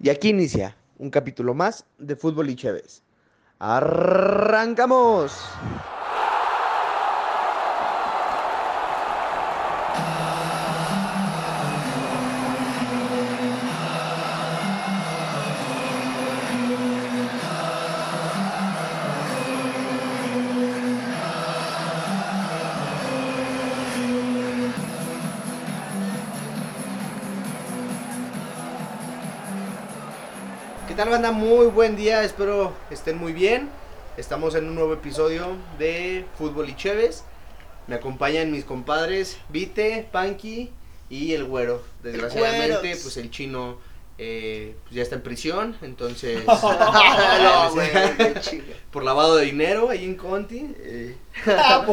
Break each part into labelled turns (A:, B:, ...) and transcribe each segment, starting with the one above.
A: Y aquí inicia un capítulo más de Fútbol y Chévez. ¡Arrancamos!
B: ¿Qué tal banda? Muy buen día, espero estén muy bien. Estamos en un nuevo episodio de Fútbol y Chévez. Me acompañan mis compadres Vite, Panky y el Güero. Desgraciadamente,
C: Güeros.
B: pues el chino eh, pues, ya está en prisión, entonces
C: no, güey, qué chinga.
B: por lavado de dinero ahí en Conti. eh,
C: Ah,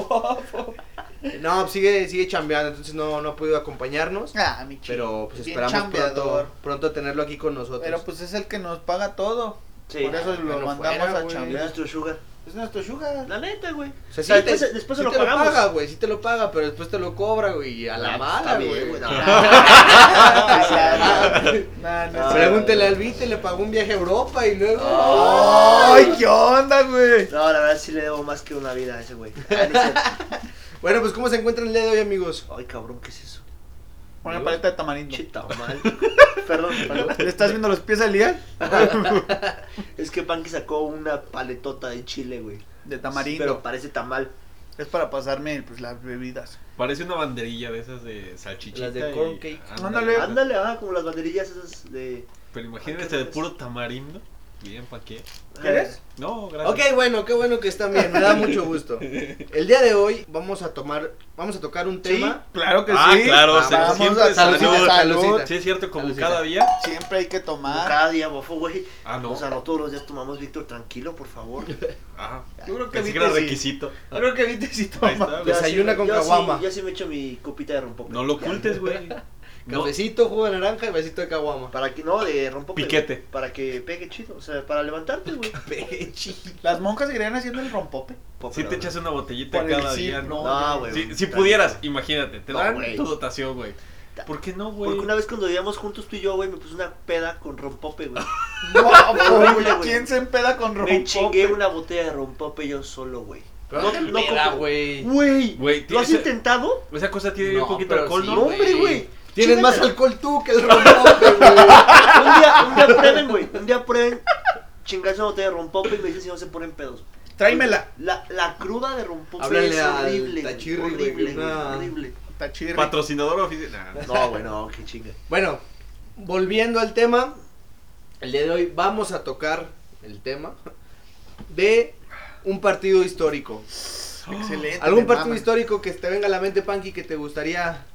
B: no, pues, sigue sigue chambeando, entonces no, no ha podido acompañarnos.
C: Ah, mi chico.
B: Pero pues
C: Bien
B: esperamos
C: chambeador.
B: pronto, pronto tenerlo aquí con nosotros.
C: Pero pues es el que nos paga todo.
D: Sí.
C: Por eso lo
B: Bueno,
C: mandamos
B: fuera,
C: a
B: güey.
D: Es
C: chambear.
D: nuestro sugar.
C: Es nuestro sugar.
D: La neta, güey.
B: O sea, sí
D: O sea,
B: te-
D: después, después
B: sí
D: se lo
B: te
D: pagamos.
B: paga, güey, sí te lo paga, pero después te lo cobra, güey, y a la
D: Ah, pues,
B: mala,
D: está bien,
B: güey.
D: güey, no.
C: no,
B: Pregúntele al Vite, le pagó un viaje a Europa y luego...
C: ¡Ay, qué onda, güey!
D: No, la verdad sí le debo más que una vida a ese güey. Ah,
B: Bueno, pues, ¿cómo se encuentran el día de hoy, amigos?
D: Ay, cabrón, ¿qué es eso?
C: Una paleta de tamarindo.
D: Chita mal. perdón, perdón.
C: ¿Le estás viendo los pies al día?
D: Es que Panky sacó una paletota de chile, güey.
C: De tamarindo.
D: Pero parece tamal.
C: Es para pasarme pues, las bebidas.
E: Parece una banderilla de esas de salchichita.
B: Las de
E: y-
B: corn cake.
C: Ándale.
D: Ándale, ah, como las banderillas esas de.
E: Pero imagínate de puro tamarindo. Bien, ¿pa' qué?
C: ¿Quieres?
E: No, gracias.
B: Ok, bueno, qué bueno que están bien, me da mucho gusto. El día de hoy vamos a tomar, vamos a tocar un tema...
C: Claro que
E: Ah,
C: sí.
E: claro,
C: Vamos
E: se- siempre
C: a salud,
E: salud,
C: salud.
B: salud.
E: Sí, es cierto, como
B: Salucita.
E: cada día.
C: Siempre hay que
D: Como
C: tomar.
D: cada día, bofo, güey.
E: Ah, no.
D: O sea, no todos los días tomamos, Víctor, tranquilo, por favor.
E: Ah,
C: Yo creo que
E: pensé que
C: ahorita
E: era
C: sí.
E: requisito.
C: Yo creo que viste si
E: Ahí
C: toma.
E: está, güey.
B: Desayuna
D: Yo sí,
B: con
D: yo sí-
B: caguama.
D: Yo sí me echo mi copita de rompope.
E: No lo ocultes, güey. No,
B: Cafecito, jugo de naranja y vasito de caguama.
D: Para que, no, de rompope.
E: Piquete.
D: güey, Para que pegue chido, o sea, para levantarte, güey.
C: Las monjas seguirían haciendo el rompope.
E: si te echas una botellita
C: Por el
E: cada
C: sí,
E: día,
C: no,
E: ¿no?
D: No, güey.
E: Si, si pudieras, imagínate, te
D: No,
E: dan
D: güey.
E: tu dotación, güey. ¿Por qué no, güey?
D: Porque una vez cuando vivíamos juntos tú y yo, güey, me puse una peda con rompope, güey.
C: No,
D: Horrible, güey.
C: ¿Quién se empeda con rompope?
D: Me chingué una botella de rompope yo solo, güey.
B: Pero
D: No,
B: no,
D: no compro.
B: güey.
D: Güey,
E: Güey,
D: ¿lo has
E: esa-
D: intentado?
E: Esa cosa tiene
B: No,
E: un poquito
B: pero
E: de alcohol,
B: sí,
E: ¿no?
D: No, hombre,
B: güey.
D: güey.
B: Tienes más
D: Chingatela.
B: alcohol tú que el rompope, güey.
D: Un día, un día prueben, güey. Un día prueben chingarse una botella de rompope y me dicen si no se ponen pedos.
C: Tráemela.
D: La, la cruda de rompope
B: Háblale
D: es
B: al
D: horrible. güey,
B: Tachirri, güey,
D: horrible,
B: que
D: güey,
B: una-
D: horrible.
C: Tachirri.
E: Patrocinador oficial. Nah,
D: No, güey, no, qué chinga.
B: Bueno, volviendo al tema, el día de hoy vamos a tocar el tema de un partido histórico.
C: Excelente.
E: Este
B: ¿Algún
C: me
B: partido
C: maman.
B: histórico que te venga a la mente, Panky, que te gustaría,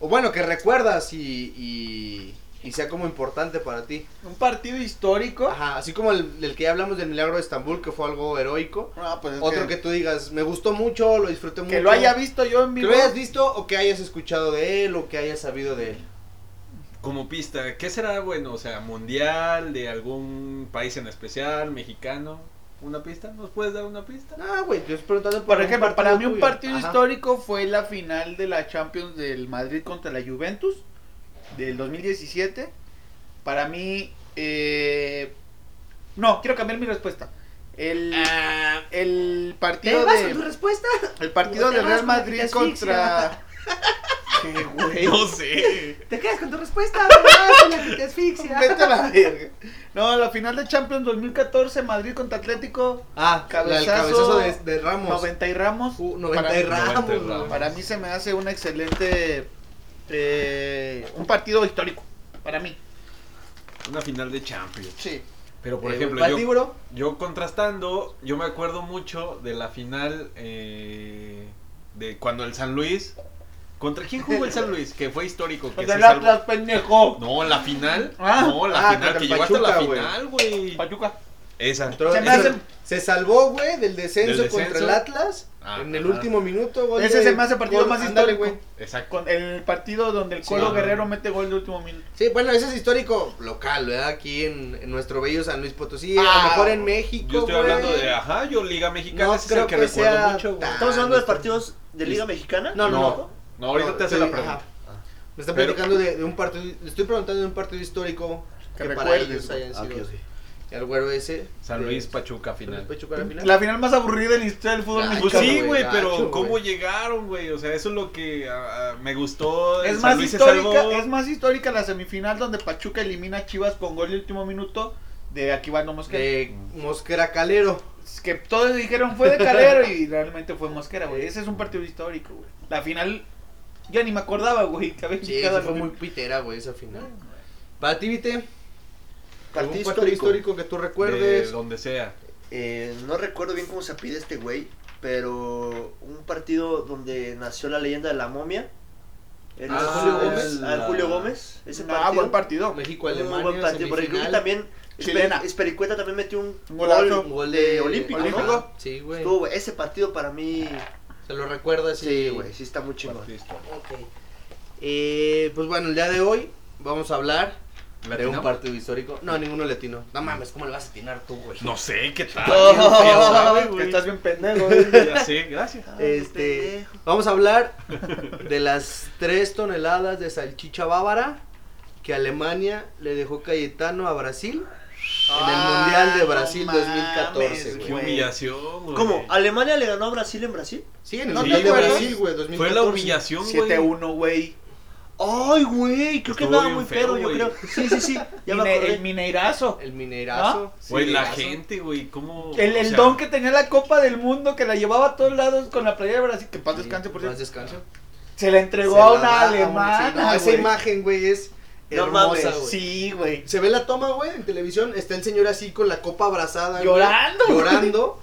B: o bueno, que recuerdas y, y- y sea como importante para ti?
C: Un partido histórico.
B: Ajá, así como el del que ya hablamos del milagro de Estambul, que fue algo heroico.
C: Ah, pues es
B: Otro que tú digas, me gustó mucho, lo disfruté mucho.
C: que lo haya visto yo en
B: Que
C: vivo.
B: lo hayas visto o que hayas escuchado de él o que hayas sabido de él.
E: Como pista, ¿qué será bueno? O sea, mundial, de algún país en especial, mexicano. ¿Una pista? ¿Nos puedes dar una pista?
B: No, güey, yo estoy preguntando
C: Por
B: algún
C: ejemplo, para
B: partido
C: mí un
B: tuyo.
C: partido
B: Ajá.
C: histórico fue la final de la Champions del Madrid contra la Juventus del 2017. Para mí, eh, no, quiero cambiar mi respuesta. El, el partido de,
B: respuesta?
C: el partido
B: te
C: del
B: vas
C: Real
B: con el que
C: Madrid
B: te asfixia.
C: contra ¿Qué, güey?
E: No sé.
B: Te quedas con tu respuesta, ¿verdad? la que te asfixia.
C: Vete a la verga. No, la final de Champions 2014 Madrid contra Atlético
B: Ah,
C: Cabezazo-
B: el cabezazo de, de Ramos.
C: 90 y Ramos.
B: Uh, 90
C: Para-
B: y Ramos.
E: 90 y
B: güey.
E: Ramos.
C: Para mí se me hace un excelente. eh, un partido histórico. Para mí.
E: Una final de Champions.
C: Sí.
E: Pero, por
B: Eh,
E: ejemplo, yo,
B: Valdívoro,
E: yo contrastando, yo me acuerdo mucho de la final eh, de cuando el San Luis... ¿Contra quién jugó el San Luis? Que fue histórico. Que
C: Contra
E: se
C: el
E: salvó.
C: Atlas, pendejo.
E: No, la final.
C: Ah,
E: no, la
B: ah,
E: final.
B: contra
E: Que
B: el
E: llegó hasta la
B: Pachuca, güey.
E: final, güey.
C: Pachuca.
E: Esa.
B: entró-
C: Se me
B: eso-
C: hace-
B: se salvó, güey, del descenso,
E: Del descenso.
B: contra el Atlas.
E: Ah,
B: en el
E: ajá.
B: último minuto, güey.
C: Ese se me hace partido más
B: ándale,
C: histórico.
E: Exacto.
C: Con el partido donde el
E: Sí,
C: Colo
E: no.
C: Guerrero mete gol de último minuto.
B: Sí, bueno, ese es histórico local, ¿verdad? Aquí en, en nuestro bello San Luis Potosí, a
C: Ah,
B: lo mejor en México.
E: Yo estoy
B: güey.
E: hablando de, ajá, yo Liga Mexicana
B: No
E: ese es el
B: creo
E: que,
B: que
E: recuerdo
B: sea
E: mucho, güey.
B: tan-
D: ¿Estamos hablando de
B: listo.
D: partidos de Liga Mexicana?
B: No, no,
E: No. No, ahorita
B: No,
E: te hace
B: estoy-
E: la pregunta.
B: ajá. Me está
E: Pero-
B: platicando de, de un partido. Le estoy preguntando de un partido histórico
C: Que
B: que para
C: recuerdes,
B: ellos
C: güey.
B: hayan
D: Ah,
B: sido.
D: ok, ok.
B: El güero ese.
E: San
B: de-
E: Luis Pachuca
B: San Luis
E: final.
B: Pachuca era final.
C: La final más aburrida de la historia del fútbol
B: Ay,
E: Pues
C: mexicano.
E: sí,
B: Gacho,
E: güey,
B: güey,
E: pero
B: gacho,
E: ¿cómo
B: güey.
E: llegaron, güey? O sea, eso es lo que ah, ah, me gustó.
C: Es
E: San
C: más,
E: Luis se salvó.
C: histórica, es más histórica la semifinal donde Pachuca elimina a Chivas con gol de último minuto de Aquibano Mosquera.
B: De Mosquera Calero.
C: Es que todos dijeron fue de Calero y realmente fue Mosquera, güey. Ese es un partido histórico, güey. La final, ya ni me acordaba, güey. Que había
B: Sí,
C: llegado
B: esa
C: a
B: fue
C: los-
B: muy pitera, güey, esa final. Para ti, Vite. ¿Algún
D: Partido
B: partido
D: histórico.
B: histórico que tú
E: De
B: recuerdes?
E: donde sea.
D: Eh, no recuerdo bien cómo se pide este güey, pero un partido donde nació la leyenda de la momia. El
E: Ah,
D: Julio Gómez.
E: la-
D: al Julio Gómez. Ese
C: No,
D: partido.
C: Ah, buen partido.
D: Un
B: México-Alemania.
D: buen partido. Porque creo que también.
C: Chilena.
D: Esper- Espericueta también metió un
C: Un golazo.
D: gol, de Olímpico, ¿no?
C: Olímpico.
B: Ajá, Sí, güey.
D: Estuvo, güey, ese partido para mí.
B: Se lo recuerdas
D: Sí, güey, sí está muy chingón.
E: Ah, Partido histórico.
B: Ok. Eh, pues bueno, el día de hoy vamos a hablar de un
E: ¿Latino?
B: partido histórico. No, ninguno latino. No mames, ¿cóómo le vas a atinar tú, güey?
E: No sé, ¿qué
C: Ah,
E: tal?
C: Oh.
B: No.
E: ¿Quién sabe,
C: que
E: güey?
C: estás bien pendejo, güey.
E: Ya sé, gracias.
C: Ah,
B: Este, vamos a hablar de las 3 toneladas de salchicha bávara que Alemania le dejó Cayetano a Brasil en el
C: Ah,
B: Mundial de
C: no
B: Brasil
C: mames,
B: 2014,
E: Qué
B: güey.
C: güey. Ah,
E: humillación, güey.
D: ¿Cómo? ¿Alemania le ganó a Brasil en Brasil?
B: Sí, en el
C: No te
B: Mundial de
C: acuerdas.
B: Brasil, güey, 2014.
E: Fue la humillación, güey.
C: 7-1, güey.
D: Ay, güey, creo que
E: Estuvo
D: andaba
E: bien
D: muy
E: feo,
D: pedo, yo
E: güey.
D: creo. Sí, sí, sí, ya me
C: Mine-
D: acordé.
C: el Mineirazo.
B: El minerazo. sí,
E: Güey, la
B: minerazo.
E: gente, güey, ¿cómo?
C: El,
E: Oh, o
C: el
E: sea,
C: don que tenía la Copa del Mundo, que la llevaba a todos lados con la playera de Brasil, que paz
B: Sí,
C: descanse, por
B: más
C: cierto.
B: descanso.
C: Se la entregó
B: Se
C: a
B: la da
C: una
B: a un-
C: alemana,
B: sí, no, esa
C: güey.
B: imagen, güey, es
D: No
B: hermosa,
D: mames,
B: güey.
C: Sí, güey.
B: Se ve la toma, güey, en televisión. Está el señor así con la copa abrazada. güey,
C: Llorando, güey.
B: llorando.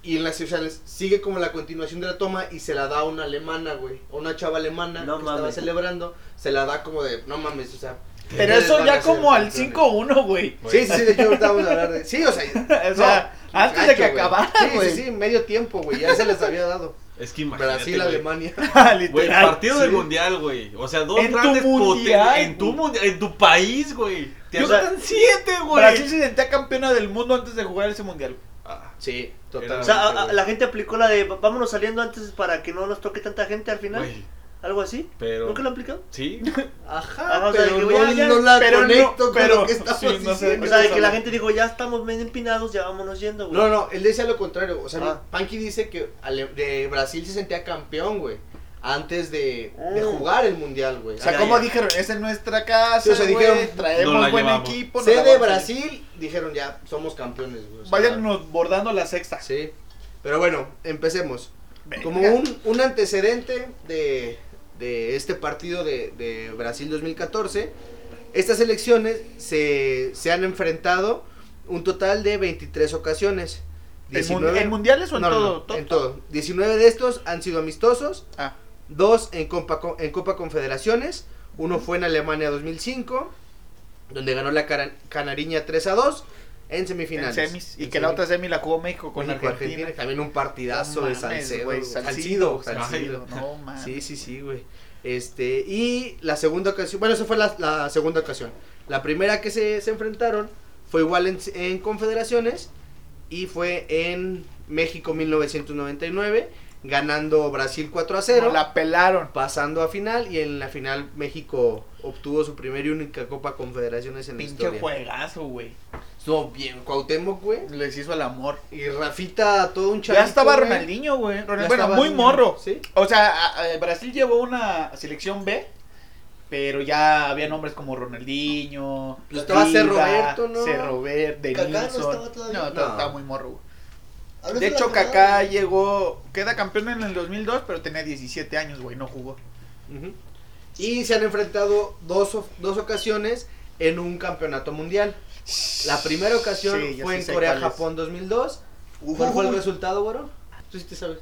B: Y en las sociales sigue como la continuación de la toma y se la da a una alemana, güey. A una chava alemana
D: No
B: que estaba
D: mames.
B: celebrando. Se la da como de, no mames, o sea.
C: Pero
B: ustedes
C: eso
B: van a
C: ya
B: ser
C: como al
B: campeones.
C: 5-1, güey.
B: Sí,
E: güey.
B: sí, sí, de hecho ahorita vamos a hablar de. Sí, o sea.
C: O sea, antes de que
B: gacho, güey.
C: acabara,
B: Sí,
C: pues, güey.
B: Sí, sí, medio tiempo, güey. Ya se les había dado.
E: Es que imagínate,
B: Brasil,
E: güey.
B: Alemania.
E: Güey,
C: Ah, Literal.
E: partido del
C: Sí.
E: mundial, güey. O sea, dos
C: En tu
E: grandes
C: mundial,
E: poten- en tu
C: güey.
E: mundial, en tu país, güey. Te
C: Yo-
E: atan siete,
C: Brasil
E: güey.
C: se sentía campeona del mundo antes de jugar ese mundial.
E: Ah,
B: Sí,
E: Era-
D: O
B: totalmente.
D: sea, a- a-
B: güey.
D: la gente aplicó la de "Va- vámonos saliendo antes para que no nos toque tanta gente al final.
E: güey,
D: Algo así.
E: pero
D: ¿Nunca lo han aplicado?
E: sí,
B: Ajá,
D: o sea,
B: pero
D: de que voy
B: no,
D: a- ya-
B: no la
C: pero no,
B: conecto con
C: pero-
B: lo que estamos
C: sí, no sé de
B: diciendo.
D: O sea, de que la
C: Empezamos.
D: gente dijo, ya estamos medio empinados, ya vámonos yendo, güey.
B: No, no, él decía lo contrario. O sea,
D: Ah.
B: Panky dice que Ale- de Brasil se sentía campeón, güey. Antes de, de
D: Mm.
B: jugar el mundial, güey.
C: O sea,
B: Ya,
C: como
B: ya.
C: dijeron, es en nuestra casa,
B: Sí, o sea,
C: güey,
B: dijeron,
C: traemos
E: no la
C: buen
E: llevamos.
C: equipo. nos la
B: Sé de
C: vamos a-
B: Brasil, dijeron ya, somos campeones, güey. o sea,
C: Váyanos bordando la sexta.
B: Sí. Pero bueno, empecemos.
C: Venga.
B: Como un, un antecedente de, de este partido de, de Brasil 2014, estas elecciones se, se han enfrentado un total de 23 ocasiones.
C: ¿En, mun-
B: 19
C: en mundiales o en
B: No, no,
C: todo?
B: no, en todo. 19 de estos han sido amistosos,
C: Ah,
B: dos en Copa, Co- en Copa Confederaciones, uno fue en Alemania 2005, donde ganó la cara- Canariña 3 a 2 en
C: en
B: semifinales.
C: semis. Y
B: En
C: que la
B: semi-
C: otra semi la jugó México con
B: México,
C: Argentina.
B: Argentina, También un partidazo
C: No
B: de
C: mames,
B: Salcedo.
C: güey,
B: güey.
C: Salcido,
B: Salcido, Salcido.
C: No mames.
B: Sí, sí, sí, güey. Este, y la segunda ocasión, bueno, esa fue la, la segunda ocasión. La primera que se, se enfrentaron fue igual en, en Confederaciones y fue en México 1999, ganando Brasil 4 a 0,
C: Nos la pelaron.
B: pasando a final y en la final México obtuvo su primera y única Copa Confederaciones en la
C: Pinche
B: historia.
C: juegazo, güey.
B: Estuvo bien Cuauhtémoc, güey.
C: Les hizo el amor.
B: Y Rafita todo un chavito.
C: ya estaba
B: güey.
C: Ronaldinho, güey.
B: Ya
C: Ronald- Bueno,
B: estaba
C: muy
B: niño,
C: morro.
B: Sí.
C: O sea, a- a- Brasil llevó una selección B, pero ya había nombres como Ronaldinho.
B: Pues estaba C.
C: Dida,
B: Roberto, ¿no?
C: C. Robert,
D: Kaká no
C: Denilson.
D: estaba todavía.
C: No, estaba-
B: No.
C: estaba muy morro, güey.
D: Hablas
C: De
D: la
C: hecho,
D: verdad,
C: Kaká
D: güey.
C: llegó, queda campeón en el 2002, pero tenía 17 años, güey, no jugó.
B: Ujú. Y se han enfrentado dos, of- dos ocasiones en un campeonato mundial. La primera ocasión
C: Sí, ya
B: fue
C: sí
B: en
C: sé cuál es.
B: Corea-Japón 2002. ¿Cuál fue el resultado, Boro? Tú sí te sabes.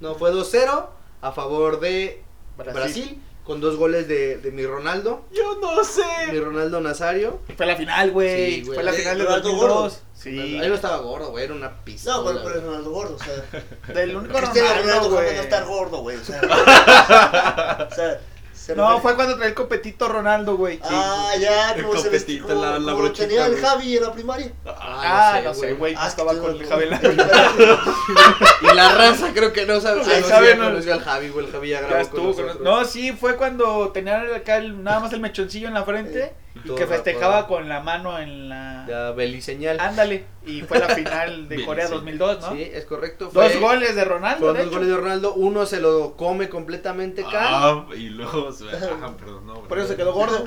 B: No, fue 2-0 a favor de Brasil. con dos goles de, de mi Ronaldo,
E: yo no
B: mi
E: sé.
B: Ronaldo Nazario.
C: Fue la final, güey.
B: Sí, güey.
C: fue la
D: De
C: final de
D: Ronaldo
C: 2002.
B: Ahí
C: Sí.
B: no estaba gordo, güey, era una pista.
D: No, pero, pero es Ronaldo gordo, o sea.
C: Del único
D: Cristiano Ronaldo
C: Ronaldo,
D: cuando
C: güey.
D: no está gordo, güey. O sea, o sea, se
C: No,
D: refiere-
C: fue cuando trae el copetito Ronaldo, güey.
D: Ah, ya,
E: El
D: como se vestía.
E: copetito,
D: Como,
E: la- la
D: como
E: brochita,
D: tenía el
E: güey.
D: Javi en la primaria.
C: Ah, no sé, güey.
D: Ah,
C: Estaba
D: sí,
C: con
D: no,
C: el
D: no.
C: Javel.
B: Y la raza creo que no sabe.
C: Sí,
B: conoció-
C: sabe, no.
B: conoció al Javi, güey, el Javi ya grabó
C: Ya estuvo
B: con
C: con-
B: nosotros. Eh,
C: No, sí, fue cuando tenía acá el- nada más el mechoncillo en la frente Y que festejaba con la mano en la...
B: la beliseñal.
C: Ándale. Y fue la final de
E: Bien,
C: Corea
E: sí.
C: 2002, ¿no?
B: Sí, es correcto. fue-
C: Dos goles de Ronaldo,
B: Fueron
C: de
B: dos
C: hecho.
B: goles de Ronaldo. Uno se lo come completamente acá.
E: Ah, y luego. se- Ah, perdón, no.
C: Por eso se
E: bro.
C: quedó gordo.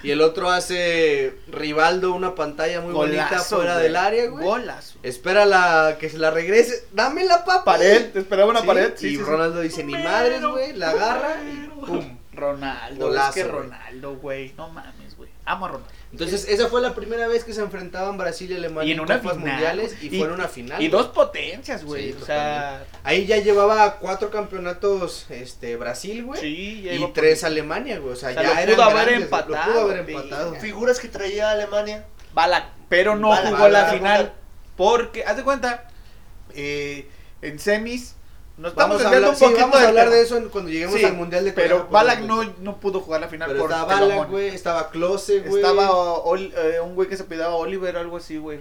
B: Y el otro hace Rivaldo una pantalla muy bonita
C: Golazo,
B: fuera
C: güey.
B: del área, güey.
C: Golazo.
B: Espera la, que se la regrese. Dame la papa.
C: Pared, te esperaba una
B: Sí,
C: pared. Sí,
B: y
C: sí, sí.
B: Ronaldo dice, ni madres, güey. La agarra y pum.
C: Ronaldo,
B: Golazo,
C: es que
B: güey.
C: Ronaldo, güey, no mames, güey. Amo a Ronaldo.
B: Entonces, esa fue la primera vez que se enfrentaban Brasil y Alemania
C: Y en una
B: copas
C: final,
B: mundiales y,
C: güey.
B: fue en una final.
C: Y dos potencias, güey,
B: Sí,
C: o sea,
B: Ahí ya llevaba cuatro campeonatos este Brasil, güey.
C: sí, ya
B: y
C: iba por-
B: tres Alemania, güey. O sea,
C: O sea,
B: ya
C: lo
B: eran
C: pudo haber
B: grandes, güey,
C: empatado,
B: Lo pudo haber
C: güey.
B: empatado.
D: Figuras que traía Alemania.
C: Balak, pero no
D: Balak,
C: jugó la
D: Balak,
C: final
D: Balak.
C: porque haz de cuenta eh, en semis nos estamos
B: Vamos a
C: desviando
B: hablar,
C: un
B: sí,
C: poquito
B: vamos a
C: del
B: hablar
C: tema.
B: de eso en- cuando lleguemos
C: Sí,
B: al mundial de
C: pero
B: Corea,
C: Balak
B: güey.
C: no, no pudo jugar la final
B: Pero
C: por
B: estaba
C: pelón.
B: Balak, güey. Estaba Klose, güey.
C: Estaba o- Ol- eh, un güey que se pedaba Oliver o algo así, güey.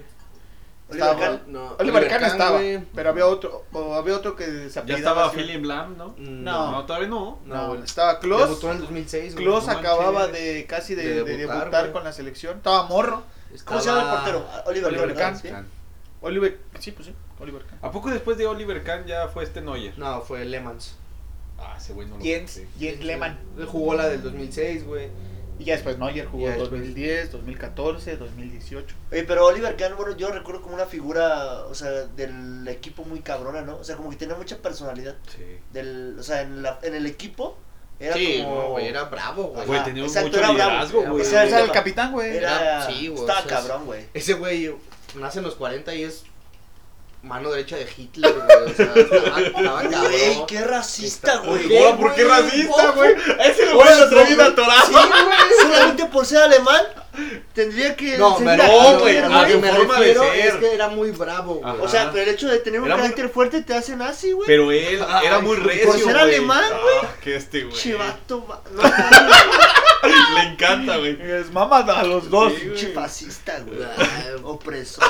D: Oliver
C: Estaba-
D: Kahn.
B: No,
C: Oliver Kahn
B: Kahn,
C: estaba, Mm,
B: güey.
C: pero había otro o había otro que se
E: Ya
C: apellidaba
E: estaba
C: así.
E: Philip Lam, ¿no?
B: Mm,
C: No.
E: No, todavía no.
C: No,
B: No,
C: güey, estaba Klos.
B: Debutó en el 2006, güey.
C: Klos
E: No manches.
C: acababa de casi de,
B: De
C: de debutar,
B: debutar, güey.
C: con la selección. Estaba morro.
D: ¿Cómo se llama el portero? Oliver,
C: Oliver Kahn.
D: ¿verdad? Sí.
C: Oliver, sí, pues sí, Oliver Kahn.
E: ¿A poco después de Oliver Kahn ya fue este Neuer?
B: No, fue Lemans.
E: Ah, ese güey no lo
C: Jens,
E: conocí.
C: Jens Lehmann.
B: Él jugó la del 2006, güey.
C: Y ya después Neuer jugó
B: Ya después.
C: 2010, 2014, 2018.
D: Oye, pero Oliver Kahn, bueno, yo recuerdo como una figura, o sea, del equipo muy cabrona, ¿no? O sea, como que tenía mucha personalidad.
E: Sí.
D: Del, o sea, en, la, en el equipo era
B: sí,
D: como...
B: no, güey, era bravo, güey.
E: Güey, tenía
D: exacto,
E: mucho
D: era bravo.
E: liderazgo,
B: Ah, Era
E: güey.
D: bravo.
C: Ese era el
D: era-
C: capitán, güey.
D: Era...
B: Era- sí, güey,
D: estaba
B: o sea,
D: cabrón, güey.
B: Ese güey nace en los 40 y es mano derecha de Hitler, güey. O sea, estaba, estaba cabrón.
D: Güey, qué racista,
B: Está-
D: güey.
B: Oye,
E: Hola, ¿por qué
B: güey,
E: racista,
B: ojo.
E: güey? Ese lo
B: Ojo,
E: voy a traer
B: güey.
E: atorado.
B: Sí, güey.
D: Solamente por ser alemán, tendría que...
B: No,
D: ser
B: pero
E: no,
D: aquí,
B: no,
E: güey,
B: A
E: a
B: lo que
E: su
B: me
E: forma de
B: refiero
E: ser.
B: es que era muy bravo, güey.
E: Ajá.
D: O sea, pero el hecho de tener un
E: Era muy-
D: carácter fuerte te hace nazi, güey.
E: Pero él era muy recio,
D: por ser
E: güey.
D: alemán,
E: güey. que este, güey.
D: Chivato, ma- no, mames,
E: Le encanta, güey.
C: Es mamá a los dos.
E: Sí,
D: pinche
E: güey.
D: fascista, güey.
B: Ah,
D: Opresor.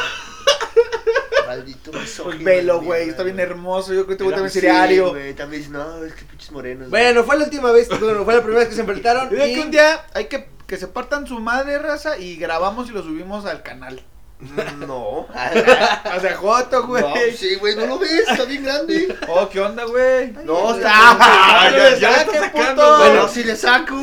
D: Maldito
C: Pues
D: misógino.
C: velo,
D: de
C: güey.
D: mierda,
C: Está bien
D: güey.
C: hermoso. Yo creo que este güey
D: Era-
C: también
D: sí,
C: sería ario.
D: güey, también dice, no, es que pinches morenos. güey".
B: Bueno, fue la última vez, bueno, fue la primera vez que se enfrentaron.
C: Yo digo
B: y-
C: que un día hay que que se partan su madre raza y grabamos y lo subimos al canal.
D: No.
C: O sea, Joto, güey.
D: No, sí, güey, no lo ves, está bien grande.
C: Oh, ¿qué onda, güey?
D: No,
B: güey.
D: está.
E: Ah,
C: no
E: ya-
C: le
E: ya
C: saque,
E: está sacando,
C: puto.
E: güey.
D: Bueno, si le saco.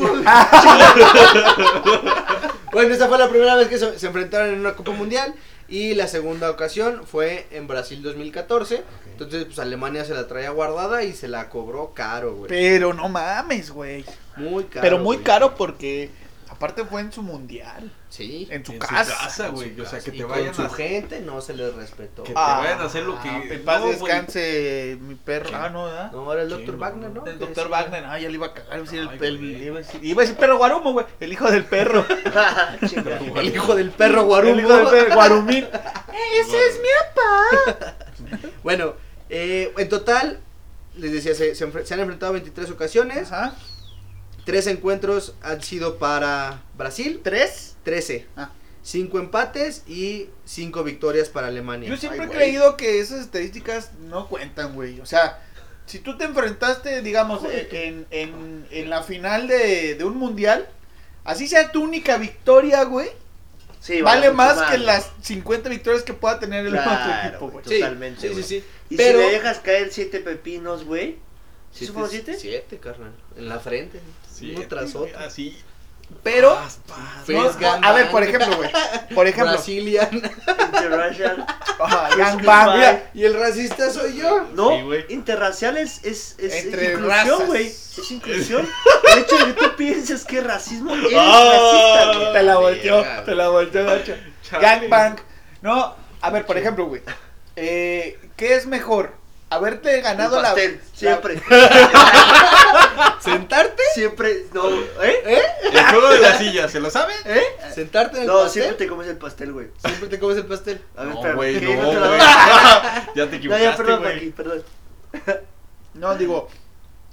B: Bueno, esa fue la primera vez que se, se enfrentaron en una Copa Mundial y la segunda ocasión fue en Brasil 2014. Entonces, pues Alemania se la traía guardada y se la cobró caro, güey.
C: Pero no mames, güey.
B: Muy caro.
C: Pero muy
B: güey.
C: caro porque aparte fue en su mundial,
B: Sí.
C: en su
E: En su
C: casa.
E: casa,
B: En su
E: güey. O sea,
B: casa.
E: que
B: Y
E: te
B: con
E: vayan
B: su
E: a...
B: gente no se les respetó.
E: Que-
C: Ah,
E: vayan a hacer lo que-
C: En paz
E: No, güey.
C: descanse mi perro. Ah, no, ¿verdad?
B: No, era el
E: Sí,
B: doctor
E: no,
B: Wagner,
E: no.
B: ¿no?
C: El
B: Que
C: doctor
B: sí.
C: Wagner, ah, ya le iba a cagar, iba a decir el,
E: Ay,
C: pel-
E: güey.
C: iba a decir, iba a decir perro guarumo, güey, el hijo del perro.
D: Chinga.
B: El hijo del perro Guarumo.
C: El hijo del perro, guarumín.
E: Ese es mío.
B: Bueno, eh, en total, les decía, se, se enfre- se han enfrentado 23 ocasiones.
C: Ajá.
B: Tres encuentros han sido para Brasil.
C: ¿Tres?
B: 13.
C: Ah.
B: 5 empates y 5 victorias para Alemania.
C: Yo siempre
D: Ay,
C: he
D: güey.
C: creído que esas estadísticas no cuentan, güey. O sea, si tú te enfrentaste, digamos, eh, en, en, en la final de, de un mundial, así sea tu única victoria, güey,
D: Sí,
C: vale
D: mucho
C: más que las 50 victorias que pueda tener el otro
D: Claro,
C: equipo,
D: güey.
C: güey.
B: Sí,
D: totalmente,
B: Sí, sí,
D: güey.
B: sí.
D: Y
B: Pero-
D: si le dejas caer siete pepinos, güey. ¿Sí fueron siete?
B: 7, carnal. En la frente. uno tras otro.
E: Así.
C: Pero,
D: Ah,
E: Paz, paz.
C: no,
D: pues,
B: Fes
C: a ver, por ejemplo, güey, por ejemplo,
B: Brasilian.
D: Interracial.
C: ah,
D: Fes
C: gangbang,
D: goodbye.
C: mira,
B: y el racista soy yo.
E: Sí,
D: No,
E: güey.
D: interracial es, es, es
C: Entre razas.
D: inclusión, güey. Es inclusión. El hecho de que tú pienses que es racismo es
E: Ah.
D: racista, güey.
C: te la volteó,
B: Verga,
C: te la volteó, Nacho.
E: Chale.
C: Gangbang. No, a ver, por ejemplo, güey. eh, ¿Qué es mejor? ¿Haberte ganado
D: El
C: la,
D: pastel,
C: la-
D: Siempre,
B: ¿Sentarte?
D: siempre. No, ¿eh?
E: El juego de las sillas, ¿se lo saben?
B: ¿Sentarte en el
D: No,
B: pastel?
D: siempre te comes el pastel, güey.
B: Siempre te comes el pastel.
D: A ver,
E: No,
D: espérame,
E: güey,
D: ¿qué?
E: no,
D: te la doy.
E: güey. Ya te
D: No, ya,
E: equivocaste,
D: perdón,
E: güey.
D: Paqui, perdón.
C: No, digo,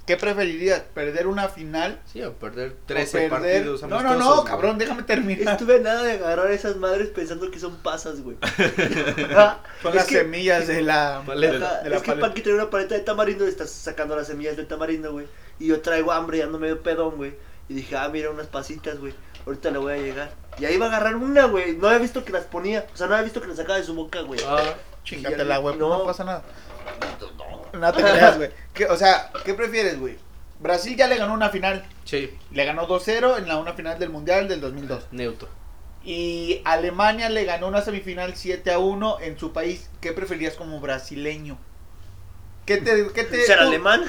C: ¿qué preferirías? ¿Perder una final?
B: Sí, a perder
C: o
B: 13
C: perder-
B: partidos
C: No, no,
B: amistosos,
C: no,
B: güey.
C: cabrón, déjame terminar.
D: Estuve a nada de agarrar esas madres pensando que son pasas, güey.
C: Son
D: Es
C: las
D: que-
C: semillas de la...
E: Paleta.
D: Ajá,
C: de la
D: es que
C: paleta.
D: Paqui trae una paleta de tamarindo y estás sacando las semillas del tamarindo, güey. Y yo traigo hambre y ando medio pedón, güey. Y dije, ah, mira, unas pasitas, güey. ahorita le voy a llegar. Y ahí va a agarrar una, güey. No había visto que las ponía. O sea, no había visto que las sacaba de su boca, güey.
B: Ah,
C: Chingatela, güey,
D: pues, No.
C: no. pasa nada. No te creas, güey. ¿Qué- O sea, ¿qué prefieres, güey? Brasil ya le ganó una final.
B: sí,
C: Le ganó 2-0 en la una final del Mundial del 2002.
B: neutro.
C: Y Alemania le ganó una semifinal 7-1 en su país. ¿Qué preferías como brasileño? ¿Qué te... Qué te
D: Ser
C: tú-
D: alemán.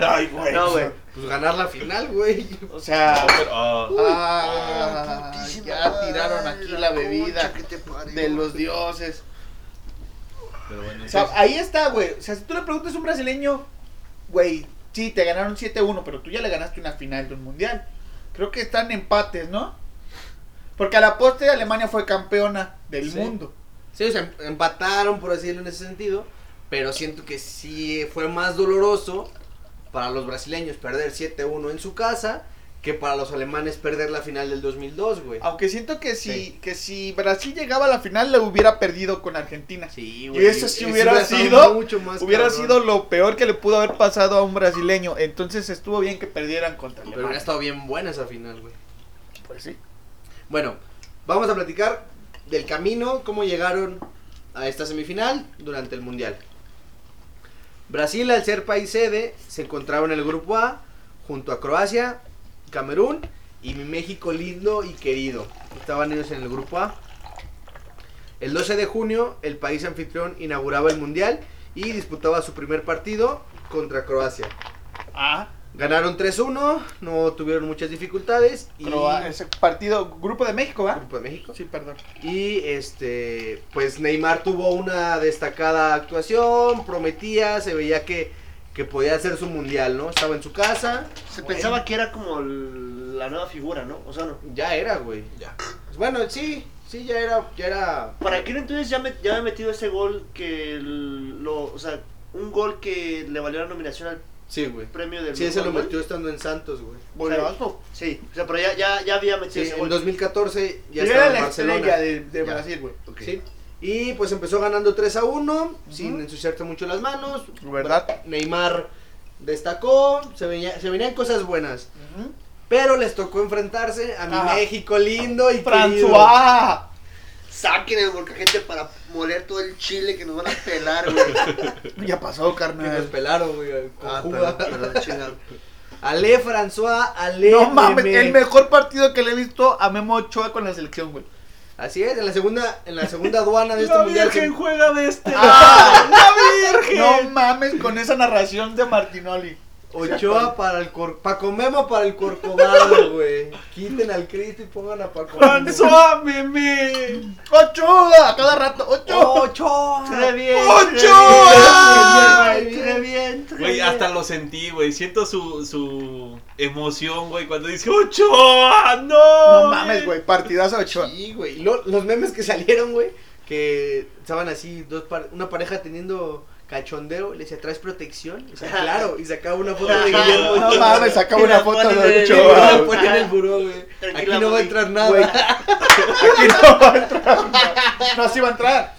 C: Ay, güey.
D: Este, No, güey.
B: Pues ganar la final, güey.
C: O sea...
E: Ah,
C: ah,
D: Putísima
C: ya tiraron
D: madre,
C: aquí la bebida
D: concha que te parió.
C: de los dioses.
E: pero bueno,
C: O sea,
E: entonces-
C: ahí está, güey. O sea, si tú le preguntas a un brasileño, güey, sí, te ganaron 7-1, pero tú ya le ganaste una final de un mundial. Creo que están empates, ¿no? Porque a la postre Alemania fue campeona del
B: Sí.
C: mundo.
B: Sí, o sea, em- empataron, por así decirlo, en ese sentido. Pero siento que sí fue más doloroso para los brasileños perder 7-1 en su casa que para los alemanes perder la final del 2002, güey.
C: Aunque siento que si,
B: Sí.
C: que si Brasil llegaba a la final, la hubiera perdido con Argentina.
B: Sí,
C: Y eso sí hubiera
B: estado
C: sido-
B: Mucho más
C: hubiera
B: cabrón.
C: sido lo peor que le pudo haber pasado a un brasileño. Entonces estuvo bien que perdieran contra
B: Pero hubiera
C: Alemania.
B: estado bien buena esa final, güey.
C: Pues sí.
B: Bueno, vamos a platicar del camino, cómo llegaron a esta semifinal durante el Mundial. Brasil, al ser país sede, se encontraba en el grupo A junto a Croacia, Camerún y mi México lindo y querido. Estaban ellos en el grupo A. El 12 de junio, el país anfitrión inauguraba el Mundial y disputaba su primer partido contra Croacia.
C: Ah,
B: Ganaron 3-1, no tuvieron muchas dificultades y
C: Croa- ese partido, Grupo de México, ¿va?
B: Grupo de México.
C: Sí, perdón.
B: Y este, pues Neymar tuvo una destacada actuación, prometía, se veía que, que podía hacer su mundial, ¿no? Estaba en su casa,
D: Se pensaba que era como el- la nueva figura, ¿no? O sea, no.
B: ya era, güey.
E: Ya.
B: Bueno, sí, sí, ya era, ya era.
D: Para aquel entonces ya, me, ya había metido ese gol que el- lo. O sea, un gol que le valió la nominación al
B: Sí, güey.
D: premio del.
B: Sí, se
D: mejor
B: lo
D: gol.
B: metió estando en Santos, güey.
C: Golazo.
D: Sí, o sea, pero ya, ya, ya había metido
B: Sí,
D: ese
B: en
D: gol.
B: 2014 ya
C: Yo
B: estaba
C: era
B: en
C: la
B: Barcelona.
C: estrella de, de
B: Ya.
C: Brasil, güey.
D: Ok.
B: Sí. Y pues empezó ganando 3 a 1, sin
C: Ujú.
B: ensuciarte mucho las manos.
C: ¿Verdad?
B: Neymar destacó, se, venía, se venían cosas buenas. Pero les tocó enfrentarse a mi
C: Ajá.
B: México lindo y querido.
C: François.
D: Saquen el volcajete para moler todo el chile que nos van a pelar, güey.
C: Ya pasó,
B: Que nos
C: carnal.
B: pelaron, güey, con
D: ah,
B: Cuba.
D: perdón, perdón, chingado.
B: Ale François, Ale
C: No mames,
B: Meme.
C: el mejor partido que le he visto a Memo Ochoa con la selección, güey.
B: Así es, en la segunda, en la segunda aduana de este
E: La
B: mundial.
E: Virgen juega de este.
C: Ah. No mames con esa narración de Martinoli.
B: Ochoa para el cor... Paco Memo para el Corcovado, güey. Quiten al Cristo y pongan a Paco Memo.
E: François, ah, meme.
C: ¡Ochoa! A cada rato, ¡Ochoa!
B: ¡Ochoa!
D: Trae bien.
E: ¡Ochoa!
D: trae bien, trae bien, trae
E: Güey,
D: bien.
E: hasta lo sentí, güey. Siento su, su emoción, güey, cuando dice ¡Ochoa! ¡No!
C: No mames, güey, partidazo de Ochoa.
B: Sí, güey. Y lo- los memes que salieron, güey, que estaban así, dos par- una pareja teniendo cachondeo, le decía, ¿traes protección? O sea, claro, y sacaba una foto de Guillermo
D: Ajá.
C: No
B: Ochoa.
C: mames, sacaba una foto de
B: Y luego
C: Ochoa.
B: la
C: güey.
B: ponía en el buró, güey.
D: Tranquila,
B: Aquí no va a
D: mami.
B: entrar
C: Güey,
B: nada.
C: Aquí no va a entrar. No, no, sí va a entrar.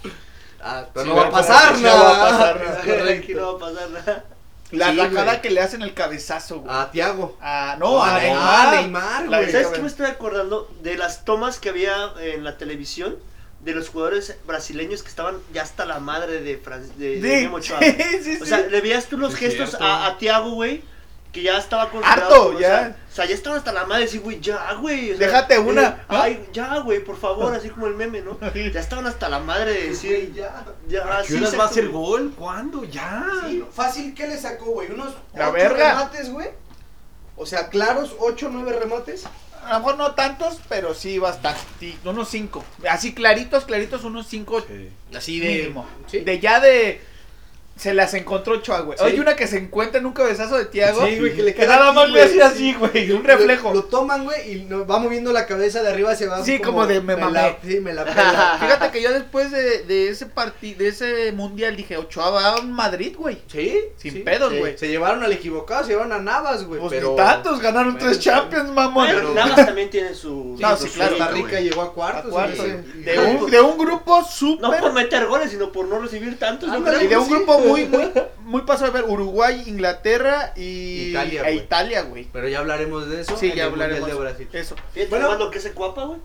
B: Ah, pero
C: Sí,
B: no va a
C: pero
B: pasar
C: no
B: nada.
C: va a pasar
D: Ah,
C: nada.
B: Es correcto.
D: Aquí no va a pasar nada.
C: La
B: Sí,
C: tajada
B: güey.
C: que le hacen el cabezazo, güey.
B: A Tiago.
C: Ah, no,
B: Ah,
C: a
B: Neymar,
C: Neymar.
B: Neymar,
C: La
B: güey.
D: ¿Sabes
C: a
D: qué
C: ver.
D: me estoy acordando? De las tomas que había en la televisión de los jugadores brasileños que estaban ya hasta la madre de, Fran- de, de Memo
C: Sí,
D: Ochoa.
C: sí, sí.
D: O sea, le veías tú los
E: Es
D: gestos
E: cierto.
D: a, a Tiago, güey, que ya estaba con
C: Harto, ya.
D: O sea, ya estaban hasta la madre, así, güey, ya, güey. o sea,
C: Déjate una,
D: eh,
C: ¿ah?
D: Ay, ya, güey, por favor, así como el meme, ¿no? Ya estaban hasta la madre de
B: Sí,
D: decir,
B: ya.
D: ya,
E: ¿A
D: Ah, sí.
E: qué horas va a
D: exacto,
E: hacer
D: güey.
E: gol? ¿Cuándo? ¡Ya!
B: Sí, fácil, ¿qué le sacó, güey? Unos
C: La
B: ocho
C: verga.
B: remates, güey. O sea, claros, ocho, nueve remates.
C: A lo mejor no tantos, pero sí bastante. Unos cinco. Así claritos, claritos, unos cinco
E: Sí.
B: Así
C: mínimo.
B: ¿Sí?
C: De ya de. Se las encontró Ochoa, güey.
B: Sí.
C: Hay una que se encuentra en un cabezazo de Tiago.
B: Sí, güey, que le
C: que
B: queda
C: nada
B: aquí,
C: más le
B: güey.
C: hace así, güey. Un reflejo.
B: Lo, lo toman, güey, y nos va moviendo la cabeza de arriba hacia abajo.
C: Sí, como de me
B: la,
C: mamé.
B: Sí, me la pela.
C: Fíjate que yo después de, de ese partido, de ese mundial, dije, Ochoa va a Madrid, güey.
B: Sí,
C: Sin
B: sí,
C: pedos,
B: sí.
C: güey.
B: Se llevaron al equivocado, se llevaron a Navas, güey.
C: Pues
B: pero
C: ni tantos, ganaron
B: bueno, sí.
C: tres Champions, mamón.
D: Pero Navas también tiene su.
C: No,
D: su
C: sí, claro.
B: Costa
D: mérito,
B: Rica
D: güey.
B: llegó a
C: A
B: cuartos.
C: cuartos.
B: güey.
C: De un, de un grupo súper.
D: No por meter goles, sino por no recibir tantos. yo
B: Ándale,
D: creo.
C: y de un
B: sí,
C: grupo muy, muy, muy pasado de ver Uruguay, Inglaterra y
B: Italia,
C: e
B: güey.
C: Italia, güey.
B: Pero ya hablaremos de eso.
C: Sí,
B: en
C: ya
B: el Mundial
C: hablaremos.
B: de Brasil.
C: Eso.
D: Fíjate
B: Bueno.
D: nomás lo que es el cuapa, güey.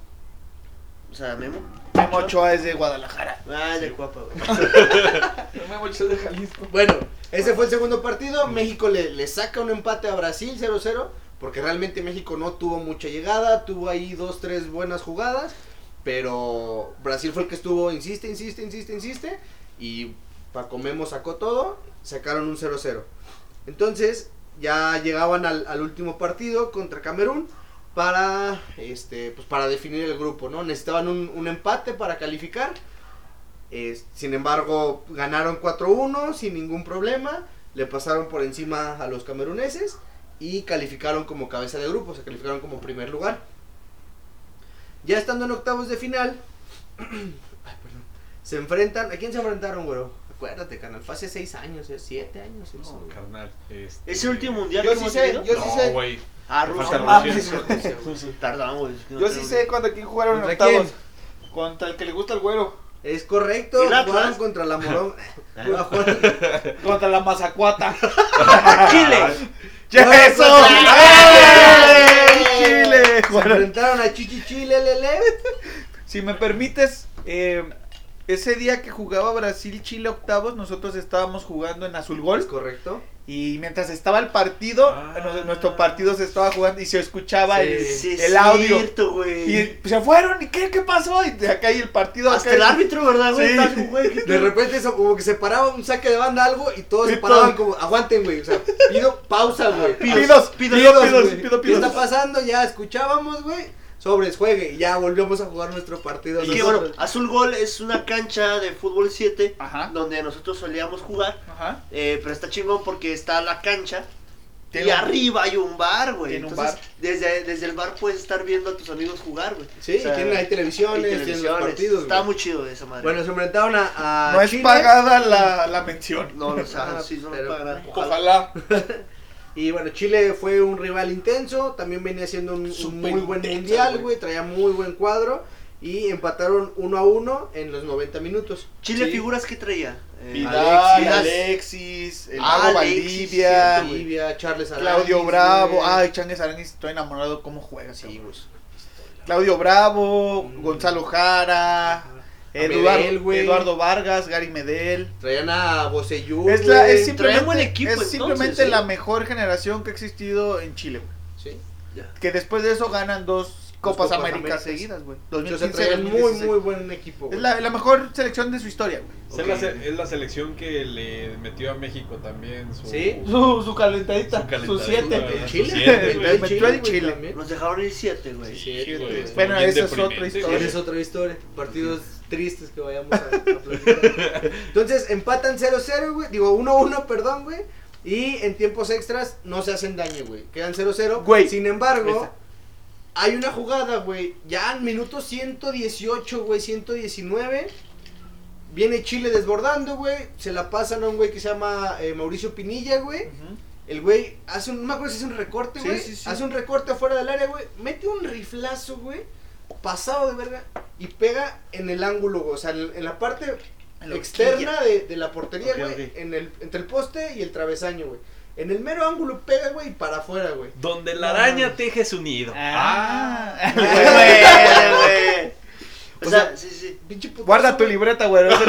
D: O sea, Memo.
C: Memo Ochoa es de Guadalajara.
D: Ah, es el cuapa, güey.
E: Me voy a echar de Jalisco.
B: Bueno, ese fue el segundo partido. México le, le saca un empate a Brasil 0-0. Porque realmente México no tuvo mucha llegada. Tuvo ahí dos, tres buenas jugadas. Pero Brasil fue el que estuvo, insiste, insiste, insiste, insiste. Y Paco Memo sacó todo. Sacaron un 0-0. Entonces ya llegaban al, al último partido contra Camerún. Para, este, pues para definir el grupo, ¿no? Necesitaban un- un empate para calificar. Eh, sin embargo, ganaron 4-1 sin ningún problema. Le pasaron por encima a los cameruneses y calificaron como cabeza de grupo, se calificaron como primer lugar. Ya estando en octavos de final, ay, perdón, se enfrentan. ¿A quién se enfrentaron, güero? Acuérdate, canal, fue hace 6 años, 7 años. eso,
E: No,
B: güey.
E: carnal. este-
D: Ese último mundial
A: Yo
D: que
A: sí
D: hemos
A: sé,
D: tenido?
A: yo sí
E: No,
A: sé.
E: güey.
D: Ah,
E: Te
D: Rusia.
E: falta
D: Ah,
E: Rusia.
D: Rusia, güey. Tardamos. es que no
C: Yo sí
D: tenemos-
C: sé contra quién jugaron en
B: ¿Contra quién?
C: octavos. Contra el que le gusta el güero.
B: Es correcto,
D: ¿El Atlas?
B: jugaron contra la Morón.
C: Contra la Mazacuata.
D: Chile.
B: Jugaron
C: ¡Eso!
B: contra-
C: ¡Chile!
B: Se enfrentaron a Chichi Chile, Lele.
C: Si me permites, eh, ese día que jugaba Brasil-Chile octavos, nosotros estábamos jugando en Azul
B: Es
C: Gol.
B: correcto.
C: Y mientras estaba el partido,
E: Ah.
C: nos- nuestro partido se estaba jugando y se escuchaba
B: Sí.
C: el,
D: Sí, es
C: el audio.
D: cierto, güey.
C: Y se fueron, ¿y qué, qué pasó? Y de acá hay el partido.
D: Hasta
C: acá
D: el
C: hay-
D: árbitro, ¿verdad, güey?
C: Sí.
D: Estás como, güey, ¿qué
B: De
D: tal?
B: repente eso, como que se paraba un saque de banda algo y todos se
C: Y
B: paraban
C: todo.
B: como, aguanten, güey. O sea, pido pausa, güey.
C: Pidos, pidos, pidos,
B: güey.
C: pidos, pidos,
B: ¿Qué está pasando? Ya escuchábamos, güey. Sobres, juegue. Y ya volvemos a jugar nuestro partido.
D: Y que
B: nosotros.
D: bueno, Azul Gol es una cancha de fútbol 7
C: Ajá.
D: donde nosotros solíamos jugar.
C: Ajá.
D: eh, pero está chingón porque está la cancha
C: Tiene
D: y
C: un-
D: arriba hay un bar, güey.
C: tiene un
D: Entonces,
C: bar.
D: desde, desde el bar puedes estar viendo a tus amigos jugar, güey.
B: Sí,
D: O sea,
B: tienen ahí televisiones,
D: y
B: tienen los
D: televisiones.
B: partidos.
D: Está
B: güey.
D: muy chido esa madre.
B: Bueno, se enfrentaron a. a
C: No es
B: Chile,
C: pagada la, la mención.
D: no, o sea,
B: Ah,
D: sí, no
B: pero-
D: pagarán.
C: Ojalá.
B: Y bueno, Chile fue un rival intenso. También venía siendo un, un
C: Súper
B: muy buen
C: intenso,
B: mundial,
C: güey.
B: güey. Traía muy buen cuadro. Y empataron uno a uno en los 90 minutos.
D: Chile,
C: Sí.
D: figuras que traía. Eh,
C: Vidal,
B: Vidal.
C: Alexis, el
D: Ah,
C: Mago
D: Alexis,
C: Valdivia,
D: cierto, güey.
B: Bolivia, Charles Arantes,
C: Claudio Bravo.
B: güey.
C: Ay, Changues Aranguis, estoy enamorado cómo juega.
B: Sí,
C: cabrón.
B: güey.
C: Claudio Bravo,
B: Mm.
C: Gonzalo Jara, Eduardo,
B: Medel, güey.
C: Eduardo Vargas, Gary Medel.
B: Traían a Boseyú.
C: Es, la, es
B: güey.
C: simplemente,
D: buen equipo,
C: es
D: entonces,
C: simplemente
D: ¿sí?
C: la mejor generación que ha existido en Chile. güey.
B: Sí.
C: Que después de eso ganan dos Copas,
B: Copas
C: Américas
B: Américas.
C: seguidas, güey.
B: Entonces
C: 2015
B: traían muy,
C: 2016.
B: muy buen equipo.
C: Es
B: güey.
C: la, la mejor selección de su historia, güey.
E: Es, la,
B: Ok.
E: se- es la selección que le metió a México también su,
B: ¿Sí?
C: Su, su calentadita,
E: su
C: su
E: calentadura,
C: siete.
B: El
E: su
B: Chile.
E: siete,
B: el
E: güey.
C: güey.
B: Chile,
C: Metió al
B: güey,
C: Chile.
B: también.
D: Nos dejaron ir 7, güey.
B: Sí, güey.
E: Chile, güey.
B: Bueno,
E: Estuvo bien
C: esa es otra
E: deprimente,
C: historia.
E: güey.
B: Esa es otra historia. Partidos tristes que vayamos a, a platicar. Entonces empatan 0-0, güey. Digo, 1-1, perdón, güey. Y en tiempos extras no se hacen daño, güey. Quedan 0-0.
C: Güey.
B: Sin embargo,
C: Esa.
B: hay una jugada, güey. Ya en minuto 118, güey, 119. Viene Chile desbordando, güey. Se la pasan a un güey que se llama eh, Mauricio Pinilla, güey.
C: Ujú.
B: El güey hace un, no me acuerdo si hace un recorte,
C: Sí,
B: güey.
C: sí, sí.
B: Hace un recorte afuera del área, güey. Mete un riflazo, güey. Pasado de verga. Y pega en el ángulo, güey. O sea, en, en la parte
C: En la
B: externa de, de la portería,
D: Ok,
B: güey.
D: ok.
B: En el, entre el poste y el travesaño, güey. En el mero ángulo pega, güey, y para afuera, güey.
E: Donde la araña teje su nido.
C: Ah.
D: Güey, güey. O,
B: O
D: sea,
B: sea,
D: sí, sí.
B: Pinche putazo,
C: Guarda tu
B: güey.
C: libreta, güey. Ese,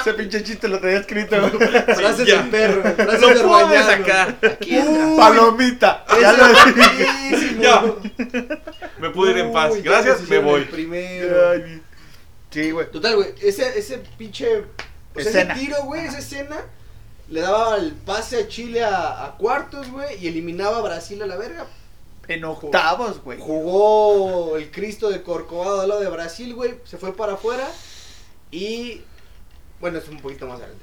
C: ese pinche chiste lo traía escrito. güey.
B: Frases
E: ya.
B: del perro, güey. Frases
E: Lo
B: de
E: pude
B: Orbañanos.
E: sacar.
D: Aquí entra.
C: Uh, Palomita. Ya
B: Eso
C: lo
B: es
C: dije.
B: buenísimo.
E: Ya. Me pude ir en paz.
B: Uy, ya
E: Gracias, me
B: pusieron el
E: voy.
B: Primero.
C: Ay, Sí, güey.
B: Total, güey, ese, ese pinche. O sea, ese
C: Escena.
B: tiro, güey, esa escena. Le daba el pase a Chile a, a cuartos, güey, y eliminaba a Brasil a la verga.
C: En octavos, güey.
B: Jugó el Cristo de Corcovado al lado de Brasil, güey, se fue para afuera. Y. Bueno, es un poquito más grande.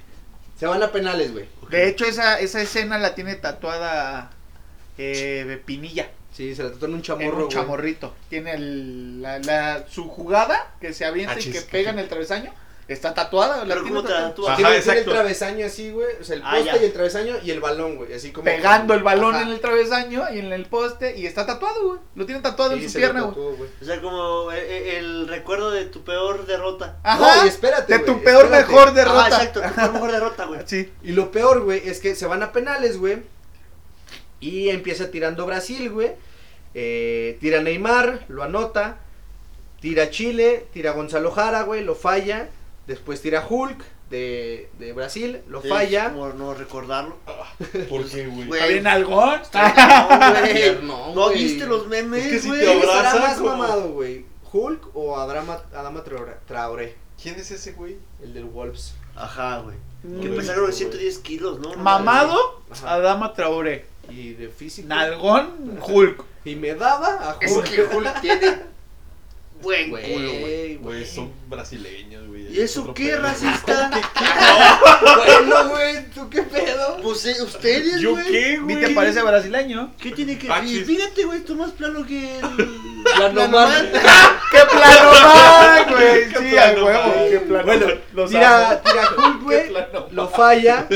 B: Se van a penales, güey.
C: De hecho, esa, esa escena la tiene tatuada eh, Pinilla.
B: Sí, se la trató en un
C: en
B: chamorro,
C: un
B: güey.
C: chamorrito. Tiene el- la, la- su jugada que se avienta y
E: Achis.
C: que pega en el travesaño. Está tatuada, la
D: Pero
C: tiene
D: ¿cómo te
C: tatuada.
D: tatúas?
E: Ajá,
B: tiene, tiene el
E: exacto.
B: travesaño así, güey. O sea, el
D: Ah,
B: poste
D: ya.
B: y el travesaño y el balón, güey. Así como.
C: Pegando el balón
B: Ajá.
C: en el travesaño y en el poste. Y está tatuado, güey. Lo tiene tatuado
B: Sí,
C: en su
B: se lo
C: pierna, güey.
B: tatuó, güey.
D: O sea, como eh, eh, el, recuerdo de tu peor derrota.
C: Ajá.
B: No, y espérate.
C: de
B: güey,
C: tu peor
B: espérate.
C: mejor
D: Ah,
C: derrota.
D: exacto, tu peor mejor derrota, güey.
C: sí.
B: Y lo peor, güey, es que se van a penales, güey. Y empieza tirando Brasil, güey. Eh, tira Neymar, lo anota. Tira Chile, tira Gonzalo Jara, güey, lo falla. Después tira Hulk de, de Brasil, lo
D: Sí,
B: falla.
D: Como no recordarlo.
E: ¿Por qué, güey?
D: Güey,
C: Está bien algón.
D: no, güey.
B: Piernón,
D: ¿No
B: güey.
D: viste los memes,
E: Es que si
D: güey?
E: te
B: ¿Quién
E: abraza,
B: estará más
E: como-
B: mamado, güey? ¿Hulk o Adama, Adama Traoré- Traoré?
E: ¿Quién es ese güey?
B: El del Wolves.
D: Ajá, güey. Que
E: Mm.
D: pesaron 110 kilos, ¿no? No
C: Mamado,
B: Ajá.
C: Adama Traoré.
B: Y de físico.
C: Nalgón, Hulk.
B: Y me daba a
D: mames. Es
B: Hulk.
D: que Hulk tiene buen
B: Güey,
D: culo, güey.
E: Güey, son brasileños, güey.
D: ¿Y
E: es
D: eso
E: otro
D: qué,
E: pedo.
D: racista?
B: Bueno, güey, ¿tú qué pedo?
D: Pues eh, ustedes,
E: ¿Yo
D: güey.
E: qué,
C: ¿Ni
E: güey?
C: te parece brasileño?
D: ¿Qué tiene que
E: Taxis.
D: ver? Fíjate, güey, esto más plano que el.
B: Planoman.
C: ¡Qué plano man, güey!
E: Qué
C: Sí, a
E: plano man.
C: huevo, qué plano.
B: Bueno,
C: los amo.
B: Tira, tira Hulk,
C: Qué
B: güey.
C: plano
B: Lo falla.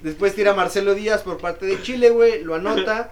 B: Después tira Marcelo Díaz por parte de Chile, güey. Lo anota.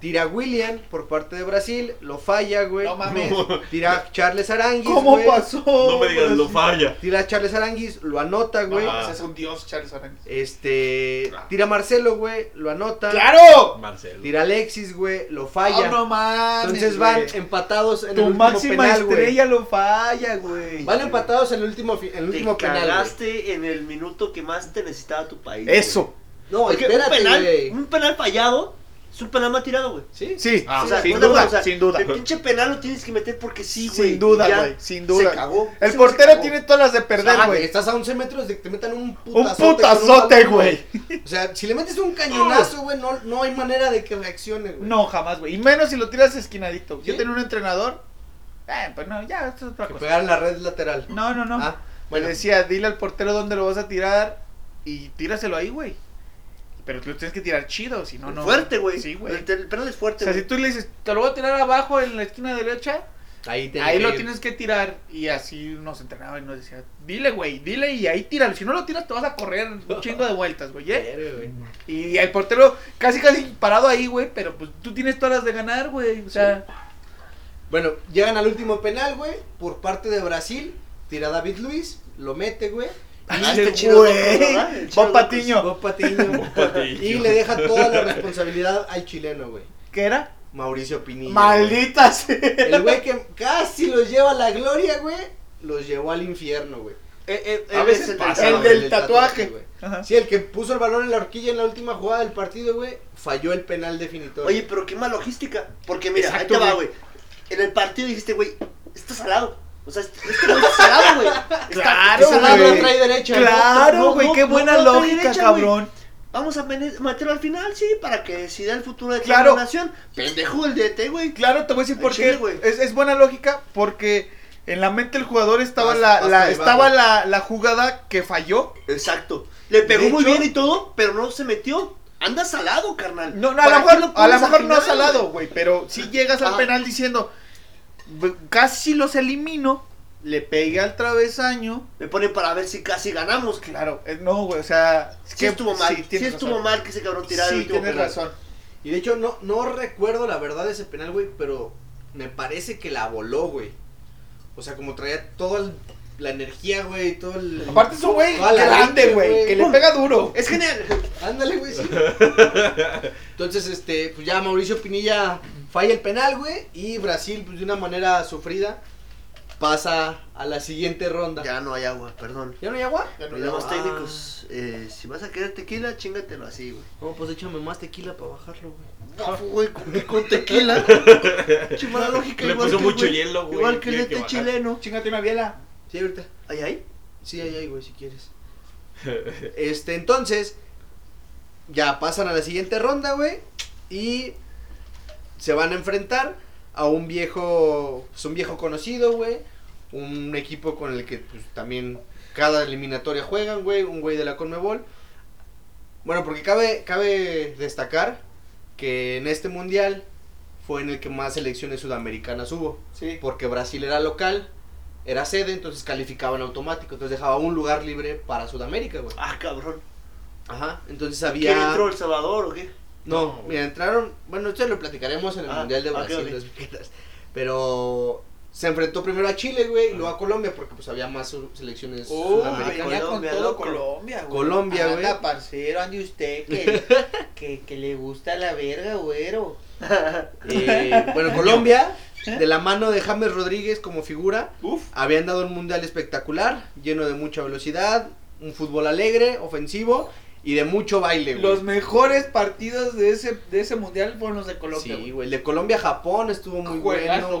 B: Tira William por parte de Brasil. Lo falla, güey.
C: No mames.
B: Tira Charles Aranguis.
C: ¿Cómo
B: güey.
C: pasó?
E: No me digas, lo
C: Brasil?
E: falla.
B: Tira Charles Aranguis. Lo anota, güey.
E: Ajá.
C: Ese es un dios, Charles Arangues.
B: Este. Tira Marcelo, güey. Lo anota.
C: ¡Claro!
E: Marcelo.
B: Tira Alexis, güey. Lo
C: Ah,
B: falla.
C: no mames,
B: Entonces van
C: güey.
B: empatados en el
C: Tu
B: último
C: máxima
B: penal, güey.
C: estrella lo falla, güey.
B: Van empatados en el último, fi- en el último
D: Te
B: penal. güey.
D: cagaste en el minuto que más te necesitaba tu país. güey.
C: Eso.
B: No,
D: Porque
B: espérate,
D: un penal,
B: güey.
D: un penal fallado es un penal mal tirado, güey.
B: Sí.
C: Mm. Sí,
E: Ah,
D: O sea,
C: sin
D: ¿estás de
C: duda,
D: acuerdo? O sea,
C: sin duda.
D: El pinche penal lo tienes que meter porque sí, güey.
C: Sin duda,
D: y ya
C: güey, sin duda.
D: Se cagó.
C: El
D: Se
C: portero
D: cagó.
C: tiene todas las de
B: Ah,
C: perder,
B: güey,
C: güey.
B: Estás a 11 metros de que te metan un
C: Un
B: putazote. con
C: putazote,
B: balón,
C: güey.
B: O sea, si le metes un cañonazo, güey, no, no hay manera de que reaccione, güey.
C: No, jamás, güey. Y menos si lo tiras esquinadito. Yo
B: ¿Sí?
C: tenía un entrenador. Eh, pues no, ya, esto es otra
B: Que
C: cosa.
B: pegar en la red lateral.
C: No, no, no.
B: Ah,
C: Me
B: bueno.
C: decía, dile al portero dónde lo vas a tirar y tíraselo ahí, güey. Pero lo tienes que tirar chido, si no, no.
D: Pues Fuerte, güey.
C: Sí, güey.
D: El, el penal es
C: O
D: fuerte,
C: sea, si
D: güey.
C: tú le dices, te lo voy a tirar abajo en la esquina derecha,
B: Ahí, tiene
C: ahí
B: que
C: lo
B: ir.
C: tienes que tirar. Y así nos entrenaba y nos decía, dile, güey, dile y ahí tíralo. Si no lo tiras, te vas a correr un chingo de vueltas, güey. ¿eh?
B: Pero, güey.
C: Y el portero casi, casi parado ahí, güey. Pero pues tú tienes todas las de ganar, güey. O sea,
B: Bueno, llegan al último penal, güey, por parte de Brasil. Tira David Luis, lo mete, güey.
D: Ah,
C: este
D: este chido
C: güey.
D: loco, ¿verdad? El chido
C: Va
D: loco.
C: Patiño.
B: Bob Patiño.
E: Patiño.
B: y le deja toda la responsabilidad al chileno, güey.
C: ¿qué era?
B: Mauricio Pinilla. güey.
C: Maldita sea.
B: El güey que casi los lleva a la gloria, güey, los llevó al infierno, güey.
D: Eh, eh,
E: A
D: él
E: veces
D: es el
E: pasa,
D: del-
C: El
B: güey,
C: del tatuaje.
B: güey.
C: Ajá.
B: Sí, el que puso el balón en la horquilla en la última jugada del partido, güey, falló el penal definitorio.
D: Oye, pero qué mala logística. Porque mira,
C: Exacto,
D: ahí te va,
C: güey.
D: güey. En el partido dijiste, güey, está salado. O sea, este este güey está salado, güey.
C: Claro,
D: Está- está
B: esa
D: salado,
C: güey.
B: labra trae derecha.
D: no,
C: Claro, güey,
D: no,
C: qué
D: no,
C: buena
D: no, no,
C: lógica,
D: derecha,
C: cabrón.
D: Vamos a mene- meterlo al final, sí, para que decida el futuro de
C: Claro.
D: la nación. Pendejo el DT, güey.
C: Claro, te voy a decir
D: Al
C: por
D: chile,
C: qué.
D: güey.
C: Es, es buena lógica porque en la mente del jugador estaba
B: Vas-
C: la,
B: vas
C: la-
B: por debajo.
C: estaba la, la jugada que falló.
D: Exacto. Le pegó
C: De
D: muy
C: hecho-
D: bien y todo, pero no se metió. Anda salado, carnal.
C: No, no, a
D: ¿Para
C: lo
D: qué
C: mejor, a lo
D: pones al
C: mejor no
D: final,
C: salado,
D: güey?
C: güey, pero si llegas al
D: Ah.
C: penal diciendo "B- casi los elimino, le pegué al travesaño.
D: Me ponen para ver si casi ganamos. Claro.
C: Claro, eh, no, güey, o sea,
D: Sí
C: que-
D: estuvo mal. Sí,
C: tienes
D: estuvo
C: razón.
D: mal que ese cabrón tirara el
C: Sí,
D: último
C: tienes
D: penal.
C: razón.
B: Y de hecho, no, no recuerdo la verdad de ese penal, güey, pero me parece que la voló, güey. O sea, como traía toda el- la energía, güey, todo el...
C: Aparte es un güey
B: Toda la
C: grande,
B: leche,
C: güey,
B: güey.
C: que le
D: Pum.
C: pega duro.
D: Es genial.
B: Ándale, güey, sí. Entonces, este, pues ya Mauricio Pinilla falla el penal, güey, y Brasil, pues de una manera sufrida, pasa a la siguiente ronda.
D: Ya no hay agua, perdón.
B: ¿Ya no hay agua?
C: Ya no hay
D: Problemas
B: Ah.
D: técnicos. Eh, si vas a querer tequila, chingatelo así, güey.
B: No, pues échame más tequila para bajarlo, güey.
D: No, Ah, güey, con, con tequila. Che, mala lógica,
E: Le
D: igual
E: puso
D: que,
E: mucho
D: güey,
E: hielo, güey,
D: Igual que el
E: tiene
D: DT
E: que bajar.
D: chileno.
C: Chingate una biela.
B: Sí, ahorita.
D: ¿Ay, ay?
B: Sí, ahí hay, güey, si quieres. Este, entonces, ya pasan a la siguiente ronda, güey, y se van a enfrentar a un viejo, pues un viejo conocido, güey, un equipo con el que, pues, también cada eliminatoria juegan, güey, un güey de la Conmebol. Bueno, porque cabe, cabe destacar que en este mundial fue en el que más selecciones sudamericanas hubo
C: Sí.
B: porque Brasil era local era sede, entonces calificaban automático, entonces dejaba un lugar libre para Sudamérica, güey.
D: Ah, cabrón.
B: Ajá, entonces
D: ¿Quién
B: había...
D: entró? ¿El Salvador o qué?
B: No, mira, entraron, bueno, esto lo platicaremos en el
D: Ah,
B: Mundial de
D: ok,
B: Brasil,
D: ok.
B: las piquetas. pero se enfrentó primero a Chile, güey, y luego
D: Ah.
B: a Colombia, porque pues había más su- selecciones
C: Oh,
B: sudamericanas.
C: venía
D: Colombia,
C: con todo
D: loco.
C: Colombia, güey.
D: Ah,
B: Colombia, güey.
F: Anda, parcero, ande usted que, que, que le gusta la verga, güero.
B: Eh, bueno, Colombia, de la mano de James Rodríguez como figura,
C: Uf.
B: habían dado un mundial espectacular, lleno de mucha velocidad, un fútbol alegre, ofensivo y de mucho baile, güey.
C: Los mejores partidos de ese, de ese mundial fueron los de Colombia.
B: sí, güey. El de Colombia-Japón estuvo muy
C: Juegazo,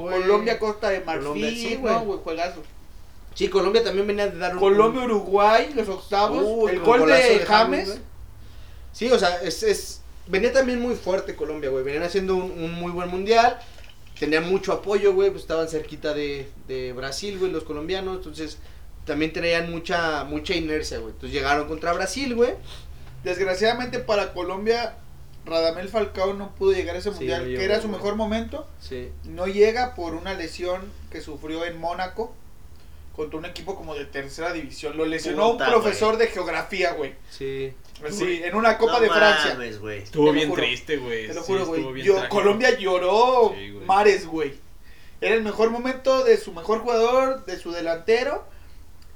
B: bueno, güey.
C: Colombia Costa de Marfil,
B: Colombia, sí, güey.
C: no, güey, juegazo.
B: Sí, Colombia también venía de dar un...
C: Colombia Uruguay, los octavos,
B: Uy,
C: el
B: con
C: gol
B: golazo
C: de
B: güey.
C: James.
B: Sí, o sea, es, es- venía también muy fuerte Colombia, güey. Venían haciendo un, un muy buen mundial. Tenían mucho apoyo, güey. Pues estaban cerquita de, de Brasil, güey, los colombianos. Entonces, también traían mucha mucha inercia, güey. Entonces llegaron contra Brasil, güey.
C: Desgraciadamente para Colombia, Radamel Falcao no pudo llegar a ese
B: Sí,
C: mundial,
B: no
C: que
B: llegó,
C: era su
B: güey.
C: mejor momento.
B: Sí.
C: No llega por una lesión que sufrió en Mónaco contra un equipo como de tercera división. Lo lesionó
D: Puta,
C: un profesor de geografía, güey.
B: Sí.
C: Pues Sí, en una Copa
D: No
C: de Francia.
D: mames, güey.
E: Estuvo
C: lo
E: bien
C: juro.
E: triste, güey.
C: Te lo
E: sí,
C: juro,
E: estuvo
C: güey.
E: bien
C: Yo-
E: trágico.
C: Colombia lloró
E: Sí, güey.
C: mares, güey. Era el mejor momento de su mejor jugador, de su delantero.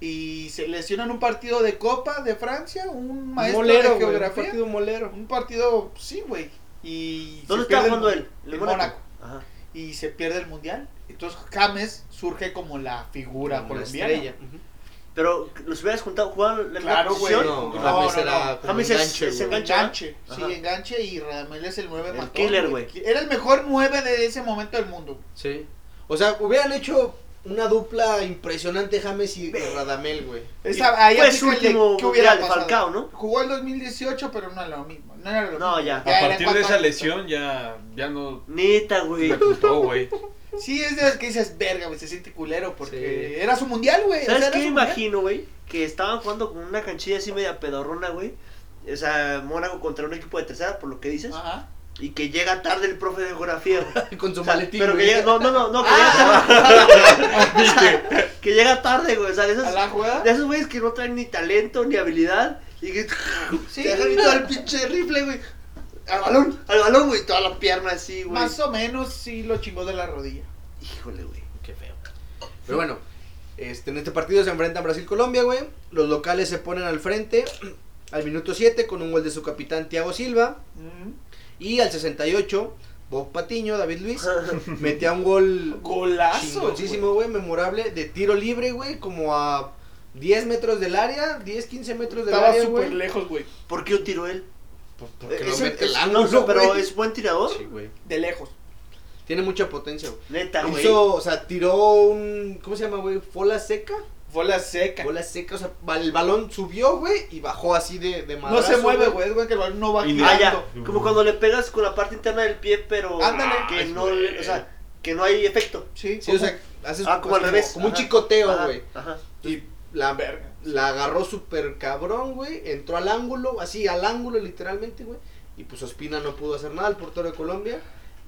C: Y se lesionan un partido de Copa de Francia, un maestro
B: molero,
C: de
B: güey. Un
C: geografía.
B: partido molero.
C: Un partido, sí, güey. Y
D: ¿Dónde
C: se
D: estaba
C: pierde el-
D: jugando él?
C: En Mónaco.
D: Ajá.
C: Y se pierde el mundial. Entonces James surge como la figura
B: Como la
C: colombiana.
B: estrella.
D: Pero los hubieras juntado, jugaban la
C: Claro,
D: misma
C: güey.
D: posición.
B: No,
C: No,
B: James
C: no,
B: era
D: no.
B: como
D: James es-
B: enganche,
D: es
B: güey.
D: engan-
C: Enganche,
D: Ajá.
C: sí, enganche. Y Radamel es el 9
D: El killer,
C: Era el mejor 9 de ese momento del mundo.
B: Sí. O sea, hubieran hecho una dupla impresionante James y Radamel, güey.
C: Esa, ahí
D: Fue
C: aplica
D: su
C: el de,
D: último
C: ¿qué hubiera
D: mundial,
C: pasado?
D: Falcao, ¿no?
C: Jugó el 2018, pero no era lo mismo. No, era lo
D: No,
C: mismo.
D: ya.
E: A
C: era
E: partir de
C: cuatro
E: esa
C: años.
E: lesión ya, ya no
D: Neta, güey.
E: reclutó, güey.
C: Sí, es de las que dices, verga, güey, se siente culero porque
B: Sí.
C: era su mundial, güey. o sea,
D: ¿Sabes
C: era
D: qué me
C: su mundial.
D: imagino, güey? Que estaban jugando con una canchilla así media pedorrona, güey. O sea, Mónaco contra un equipo de tercera, por lo que dices.
C: Ajá.
D: Y que llega tarde el profe de geografía, güey.
B: Con su
D: O sea,
B: maletín,
D: pero que
B: güey. Ah.
D: llega, no, no, no, no, que llega tarde. que llega tarde, güey. O sea, de esos,
C: A la jugada.
D: de esos güeyes que no traen ni talento ni habilidad. Y que
C: Sí.
D: te agarran y todo el pinche rifle, güey. Al balón, al balón, güey. Toda la pierna así, güey.
C: Más o menos sí lo chingó de la rodilla.
D: Híjole, güey.
B: Qué feo. Pero bueno, este, en este partido se enfrentan Brasil-Colombia, güey. Los locales se ponen al frente al minuto 7 con un gol de su capitán Thiago Silva.
C: Mm.
B: Y al 68, Bob Patiño, David Luis, metía un gol
C: Golazo.
B: chingoncísimo, güey, memorable, de tiro libre, güey, como a 10 metros del área, 10, 15
C: güey.
B: metros del
C: Estaba
B: área,
C: súper
B: güey.
C: lejos, güey.
D: ¿Por qué un tiro él?
B: Pues porque
D: Es-
B: lo mete
D: es-
B: el
D: no,
B: ángulo,
D: pero
B: güey.
D: es buen tirador.
B: Sí, güey.
C: De lejos.
B: Tiene mucha potencia, güey.
D: Neta, güey.
B: Hizo, o sea, tiró un, ¿cómo se llama, güey? Fola seca.
C: Bola seca.
B: Bola seca, o sea, ba- el balón subió, güey, y bajó así de, de
C: No se
B: madrazo,
C: mueve, güey. Es güey que el balón no va
E: Y
D: Ah,
C: girando.
D: ya. Como cuando le pegas con la parte interna del pie, pero.
C: Ándale.
D: Que
E: Ay,
D: no.
E: güey.
D: O sea, que no hay efecto.
C: Sí,
B: Sí, o sea, haces
D: Ah, como al revés.
B: como un
D: Ajá.
B: chicoteo,
D: Ajá,
B: güey.
D: Ajá.
B: Y la,
C: Verga.
B: la agarró súper cabrón, güey. Entró al ángulo, así, al ángulo literalmente, güey. Y pues Ospina no pudo hacer nada, el portero de Colombia.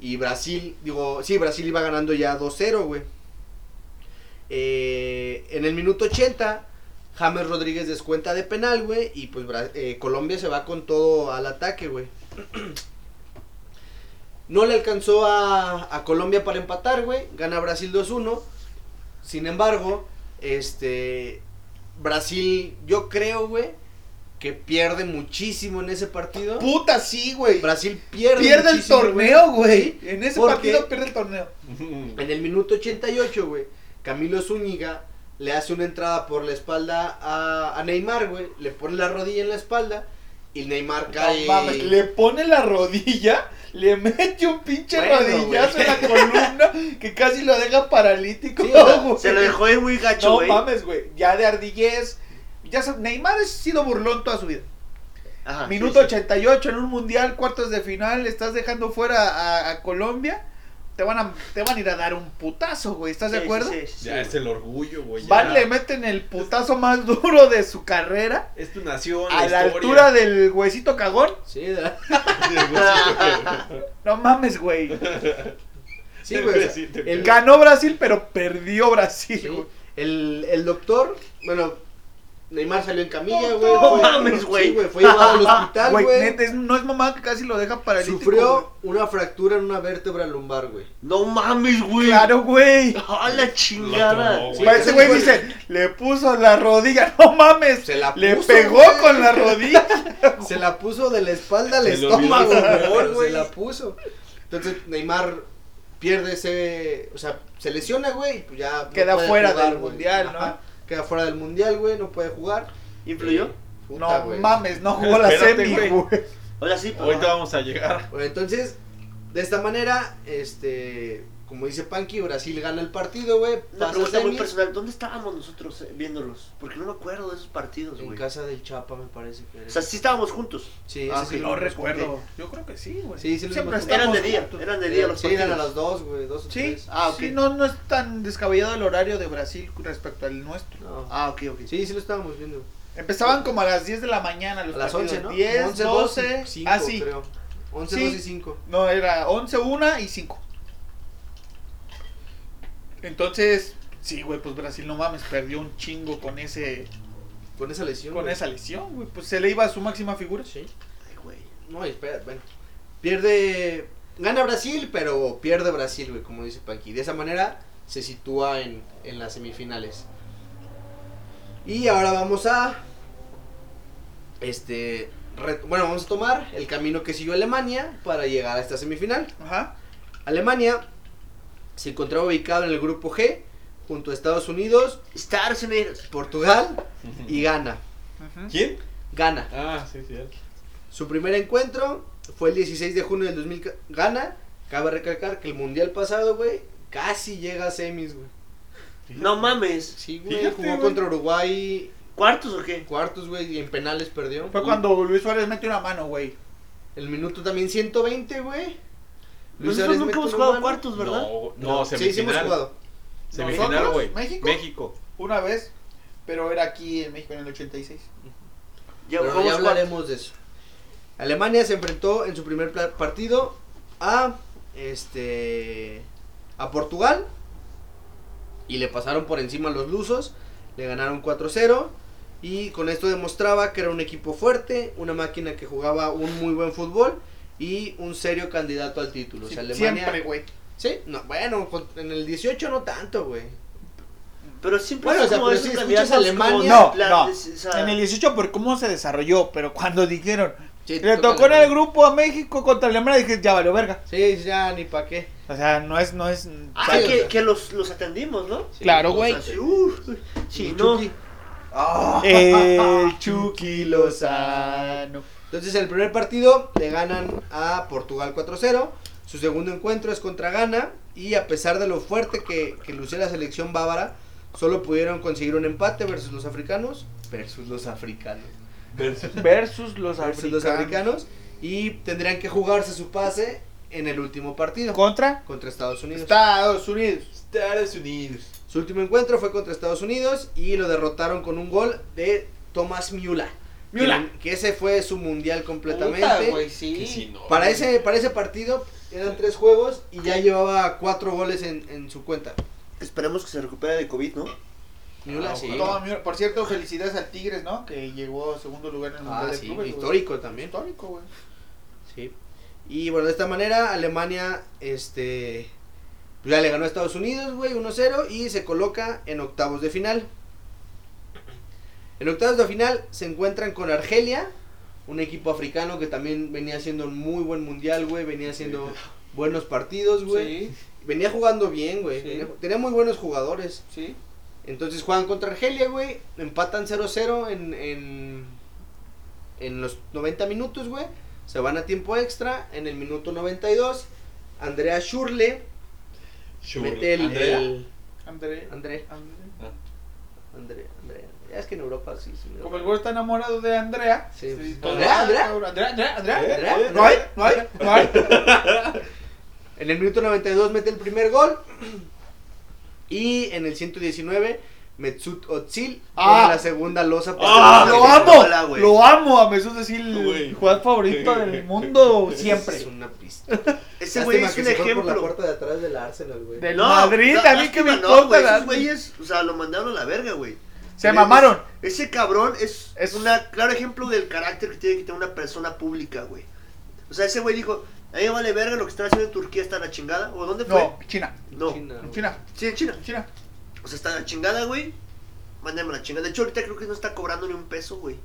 B: Y Brasil, digo, sí, Brasil iba ganando ya 2-0, güey. Eh, en el minuto 80, James Rodríguez descuenta de penal, güey. Y pues Bra- eh, Colombia se va con todo al ataque, güey. No le alcanzó a, a Colombia para empatar, güey. Gana Brasil 2-1. Sin embargo, este. Brasil, yo creo, güey, que pierde muchísimo en ese partido.
C: Puta, sí, güey.
B: Brasil pierde.
C: Pierde el
B: muchísimo,
C: torneo, güey.
B: Sí,
C: En ese
B: porque-
C: partido pierde el torneo.
B: En el minuto 88, güey, Camilo Zúñiga le hace una entrada por la espalda a, a Neymar, güey. Le pone la rodilla en la espalda y Neymar cae.
C: No mames, le pone la rodilla, le mete un pinche
B: Bueno,
C: rodillazo
B: güey.
C: en la columna que casi lo deja paralítico.
B: Sí, o sea,
C: güey.
D: Se lo dejó ir muy gacho,
C: No
D: güey.
C: mames, güey. Ya de ardillez. Ya sab- Neymar ha sido burlón toda su vida.
D: Ajá,
C: Minuto
D: Ah, sí, sí.
C: 88 en un mundial, cuartos de final, estás dejando fuera a, a Colombia. Te van a, te van a ir a dar un putazo, güey. ¿Estás de
D: Sí,
C: acuerdo?
D: sí, sí, sí,
E: ya es el orgullo, güey. Pues ya.
C: Van, le meten el putazo más duro de su carrera
E: Es tu nación,
C: a la
E: historia.
C: altura del huesito cagón.
B: Sí, ¿verdad?
C: No mames, güey.
B: Sí, güey. o sea,
E: Sí, te-
B: el,
C: Ganó Brasil, pero perdió
B: sí,
C: Brasil, güey.
B: El, el doctor, bueno, Neymar salió en camilla, güey.
D: No
B: Fue-
D: mames, güey.
B: Sí, güey, fue llevado al hospital,
C: Güey,
B: güey.
C: neta, es- no es mamá que casi lo deja paralítico.
B: Sufrió una fractura en una vértebra lumbar, güey.
D: No mames, güey.
C: güey. Claro, güey.
D: ¡A la chingada!
E: Lo tomó,
B: Sí,
C: Para ese
B: sí,
C: güey
B: güey.
C: dice, le puso la rodilla, no mames.
B: Se la
C: le
B: puso,
C: pegó
B: güey.
C: con la rodilla.
B: Se la puso de la espalda al
E: Se le olvidó
B: estómago,
E: el
B: güey,
E: sabor,
B: pero
E: güey.
B: Se la puso. Entonces Neymar pierde ese. O sea, se lesiona, güey. pues ya. no
C: Queda
B: puede
C: fuera
B: jugar,
C: del
B: güey.
C: mundial, ¿no?
B: Ajá, Queda fuera del mundial, güey. No puede jugar.
D: ¿Influyó?
B: Puta,
C: No
B: güey.
C: mames, no jugó la
E: Espérate,
C: semi,
E: güey.
C: güey.
D: Ahora sí, pues, pero-
E: Ahorita vamos a llegar.
B: Bueno, entonces, de esta manera, este. Como dice Panky, Brasil gana el partido, güey.
D: Una
B: pasa
D: pregunta muy
B: semis.
D: personal. ¿Dónde estábamos nosotros eh, viéndolos? Porque no me acuerdo de esos partidos,
B: En
D: güey.
B: casa del Chapa, me parece que era.
D: O sea, sí estábamos juntos.
B: Sí,
C: Ah,
B: ese sí
C: sí,
B: lo
C: no
B: vimos, porque-
C: recuerdo. Yo creo que sí, güey.
B: Sí, sí lo
C: Siempre
B: hemos-
C: estamos
D: Eran de día,
C: juntos.
D: eran de día los
B: Sí,
D: partidos.
B: eran a las dos, güey. Dos o
C: Sí,
B: tres.
D: Ah, ok.
C: sí, no, no es tan descabellado el horario de Brasil respecto al nuestro.
B: No.
D: Ah, ok, ok.
B: Sí, sí lo estábamos viendo.
C: Empezaban como a las 10 de la mañana los
B: A las
C: partidos,
B: 11, ¿no?
C: 10,
B: 11,
C: 12,
B: 5,
C: ah, sí.
B: creo. 11,
C: Sí.
B: 12 y 5.
C: No, era 11, 1 y 5. Entonces, sí, güey, pues Brasil no mames, perdió un chingo con ese
B: Con esa lesión.
C: con
B: güey.
C: esa lesión, güey. Pues se le iba a su máxima figura.
B: Sí.
D: Ay, güey.
B: No, espera, bueno. Pierde. Gana Brasil, pero pierde Brasil, güey, como dice Panqui. De esa manera se sitúa en, en las semifinales. Y ahora vamos a. Este. re- bueno, vamos a tomar el camino que siguió Alemania para llegar a esta semifinal.
C: Ajá.
B: Alemania se encontraba ubicado en el grupo G junto a Estados Unidos,
D: Stars Unidos.
B: Portugal y Ghana.
C: Ujú.
E: ¿Quién?
B: Ghana.
E: Ah, sí, sí.
B: Su primer encuentro fue el 16 de junio del 2000. ca- Gana. Cabe recalcar que el mundial pasado, güey, casi llega a semis, güey.
D: No mames.
B: Sí, güey.
E: Fíjate,
B: jugó
E: güey.
B: contra Uruguay
D: ¿Cuartos o qué?
B: en cuartos, güey, y en penales perdió.
C: Fue cuando Luis Suárez metió una mano, güey.
B: El minuto también 120, güey. Luis
D: Nosotros
B: Suárez
D: nunca hemos
B: metió
D: jugado
B: una mano.
D: cuartos, Pues, ¿verdad?
E: No,
B: No,
E: no,
B: sí, sí hemos
E: semifinal.
B: jugado.
E: Semifinal,
C: ¿Nosotros?
E: güey.
C: ¿México?
E: México.
C: Una vez, pero era aquí en México en el 86.
D: Ya
B: Pero
D: jugamos
B: ya hablaremos de eso. Alemania se enfrentó en su primer pla- partido a este a Portugal y le pasaron por encima a los lusos, le ganaron 4-0 y con esto demostraba que era un equipo fuerte, una máquina que jugaba un muy buen fútbol y un serio candidato al título. O sea,
C: Sie-
B: Alemania,
C: Siempre, güey.
B: Sí, no, bueno, con- en el 18 no tanto, güey.
D: cuartos. Pero siempre
B: Bueno,
D: es
B: o sea,
D: como
B: pero
D: esos
B: si
D: candidatos
B: escuchas Alemania-
D: como
C: No,
D: en plan
C: no.
D: de- o sea,
B: Ah.
C: En el 18 por cómo se desarrolló, pero cuando dijeron,
B: Sí,
C: le
B: toca
C: tocó en el
B: Alemania.
C: grupo a México contra Alemania, dije, ya valió verga.
B: Sí, ya ni pa' qué.
C: O sea, no es, no es.
D: Ah,
B: Sí, o
D: que,
B: sea.
D: que los, los atendimos, ¿no?
C: Claro,
D: O
C: güey.
D: sea, sí, uff. Sí, no.
B: Chucky.
C: El Chucky Lozano.
B: Entonces, en el primer partido le ganan a Portugal 4-0. Su segundo encuentro es contra Ghana. Y a pesar de lo fuerte que, que lucía la selección bávara, solo pudieron conseguir un empate versus los africanos. Versus los africanos.
C: Versus los
B: Versus los africanos. Y tendrían que jugarse su pase en el último partido.
C: Contra
B: Contra Estados Unidos.
C: Estados Unidos.
E: Estados Unidos.
B: Su último encuentro fue contra Estados Unidos. Y lo derrotaron con un gol de Thomas Müller.
C: Müller.
B: Que, que ese fue su mundial completamente.
F: Puta, güey, sí.
E: Que si no,
B: Para
E: güey.
B: ese, para ese partido eran tres juegos y ya llevaba cuatro goles en, en su cuenta.
D: Esperemos que se recupere de COVID, ¿no?
B: Miula,
E: Ah,
B: sí.
C: Toma, mira, Por cierto, felicidades al Tigres, ¿no? Que llegó a segundo lugar en el Mundial
B: Ah,
C: de
B: sí,
C: Clubes, güey.
B: histórico también.
C: Histórico, güey.
B: Sí. Y bueno, de esta manera Alemania, este, pues ya le ganó a Estados Unidos, güey, 1-0 y se coloca en octavos de final. En octavos de final se encuentran con Argelia, un equipo africano que también venía haciendo un muy buen mundial, güey, venía haciendo buenos partidos, güey.
F: Sí,
B: Venía jugando bien, güey.
F: Sí.
B: venía- Tenía muy buenos jugadores.
F: sí.
B: Entonces juegan contra Argelia, güey. Empatan 0-0 en, en, en los 90 minutos, güey. Se van a tiempo extra. En el minuto 92, Andrea Schurle
E: Sure.
B: mete el.
E: Andrea.
B: el-
C: André.
B: André,
C: André.
B: André, André. Ya es que en Europa sí. sí, en
C: Como el
B: Europa.
C: güey está enamorado de Andrea.
B: Sí,
C: se-
B: sí.
C: todo-
B: Andrea, Andrea.
C: Andrea, Andrea, Andrea.
B: Andrea,
C: No hay, no hay, no hay.
B: En el minuto 92 mete el primer gol. Y en el 119 Metsut Otsil
C: Ah.
B: con la segunda losa. por
E: Ah,
B: semana.
C: ¡Lo
D: güey,
C: amo!
D: hola, güey.
C: ¡Lo amo! A Mesut es el
E: Güey.
C: jugador favorito del mundo
B: Es
C: siempre.
B: una pista.
D: Ese güey
B: Lástima
D: es
B: que
D: un
B: se fue Por la
D: ejemplo.
B: puerta de atrás del Arsenal, güey.
C: Del Madrid,
D: la-
C: a mí que me
D: lástima
C: importa.
D: No, güey,
C: la-
D: esos güeyes, o sea, lo mandaron a la verga, güey.
C: Se
D: Ese-
C: mamaron.
D: Ese cabrón es,
C: Es-
D: un claro ejemplo del carácter que tiene que tener una persona pública, güey. O sea, ese güey dijo, a mí me vale verga lo que están haciendo en Turquía, está la chingada. ¿O dónde fue?
C: No, China.
D: No.
B: China, güey.
C: China.
D: Sí, en China.
C: China.
D: O sea, está la chingada, güey. Mándame la chingada. De hecho, ahorita creo que no está cobrando ni un peso, güey.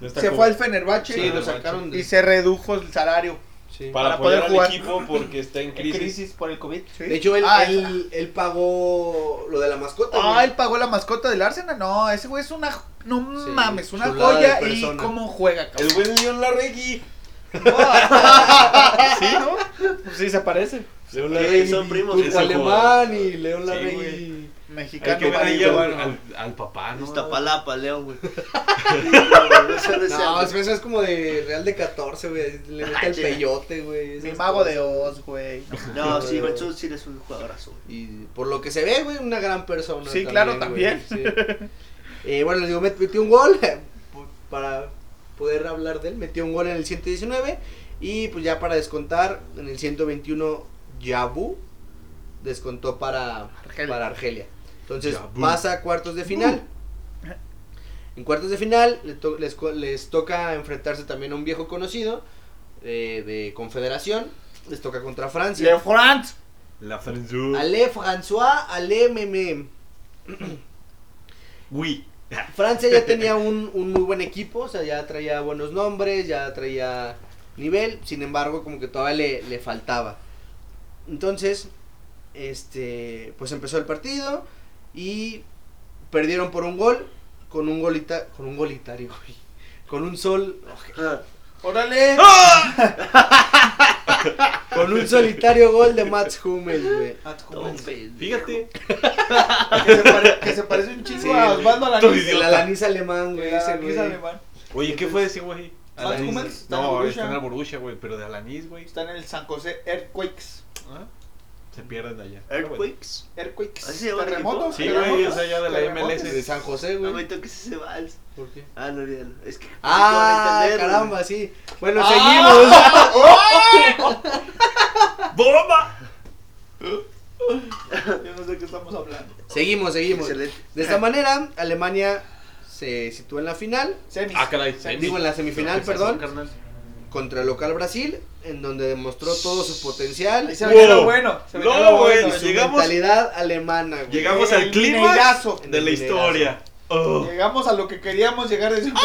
E: No está
C: Se
E: como-
C: fue al Fenerbahce
E: Sí,
B: Sí, lo
E: no
B: sacaron
E: manches.
B: de.
C: y se redujo el salario.
B: sí.
E: para,
C: para
E: apoyar
C: poder
E: al
C: jugar.
E: equipo porque está en crisis.
C: por el COVID. sí.
B: De hecho, él,
C: ah,
B: él, él pagó lo de la mascota.
C: Ah,
B: güey.
C: él pagó la mascota del Arsenal. No, ese güey es una. No
B: Sí,
C: mames, una
B: chulada de
C: joya y
B: persona.
C: cómo juega, cabrón.
E: El güey de León Larregui.
C: sí, ¿no? Pues sí, se parece.
E: León
D: Larregui,
E: Larregui.
D: son primos,
E: ese
B: Turco Alemán
E: jugador.
B: y León
E: Sí,
B: Larregui.
E: güey. Hay
C: Mexicano.
E: que ver ahí
C: válido.
E: al, al, al papá, Ah, ¿no?
D: Iztapalapa, León, güey. no, no sé de ese,
B: No,
D: güey.
B: eso es como de Real de 14, güey. Le mete el
D: Ay,
B: peyote, güey.
C: Mi
B: esas
C: mago
B: cosas.
C: de Oz, güey.
D: No, sí, Manchú sí eres un jugadorazo. güey.
B: Y por lo que se ve, güey, una gran persona.
C: Sí, claro,
B: güey, sí. Eh, bueno, les digo, met- metió un gol para poder hablar de él. Metió un gol en el 119 y pues ya para descontar en el 121 Yabu descontó para
C: Argelia.
B: para Argelia. Entonces
E: Yabu.
B: pasa a cuartos de final.
C: Uh.
B: En cuartos de final le to- les, co- les toca enfrentarse también a un viejo conocido eh, de Confederación. Les toca contra Francia.
C: Le France.
E: La Franzu.
B: Ale François, Ale Meme.
E: Uy.
B: Francia ya tenía un, un muy buen equipo, o sea, ya traía buenos nombres, ya traía nivel, sin embargo, como que todavía le, le faltaba. Entonces, este, pues empezó el partido y perdieron por un gol, con un golita, con un golitario, güey, con un sol,
D: Ah,
C: Órale.
B: con un solitario gol de Mats Hummels, güey.
E: Fíjate.
C: Que se, pare- que se parece un chingo
B: Sí,
C: a
B: güey.
C: Osvaldo
E: Tú
C: Alanis.
E: idiota.
B: El Alanis alemán, güey,
C: El
B: ese
C: Alanis
B: güey.
C: alemán.
E: Oye, ¿qué fue de ese güey?
C: ¿Mats
E: Alanis.
C: Hummels? Está en
E: No,
C: Borussia.
E: está en el Borussia, güey, pero de Alanis, güey.
C: Está en el San José Earthquakes.
E: Ah, Se pierden de allá. Pero bueno.
D: Earthquakes.
C: Earthquakes.
D: ¿Así se llama el
C: Terremotos.
E: equipo? Sí,
C: terremotos,
E: güey, es allá de la
C: terremotos.
E: MLS.
B: De San José,
D: No,
B: güey.
D: me toques ese vals.
B: ¿Por qué?
D: Ah, no, olvídalo. Es que.
B: Ah,
D: no quiero entenderlo,
B: caramba, sí. Bueno,
E: Ah. ¡Bomba!
C: Yo no sé qué estamos hablando.
B: seguimos. Seguimos, seguimos.
D: Excelente.
B: De esta manera, Alemania se sitúa en la final
C: Semis.
E: Ah, caray.
C: Semis.
B: Digo, en la semifinal, perdón.
E: carnal.
B: contra el local Brasil, en donde demostró todo su potencial
C: Ahí
B: y
C: se
B: su
E: Wow.
C: venía lo bueno. Se venía
E: No,
C: lo bueno.
E: güey, llegamos-
B: mentalidad alemana, güey.
E: Llegamos
C: El
E: al clímax
C: mineirazo.
E: de la historia. Oh,
C: Llegamos a lo que queríamos llegar desde un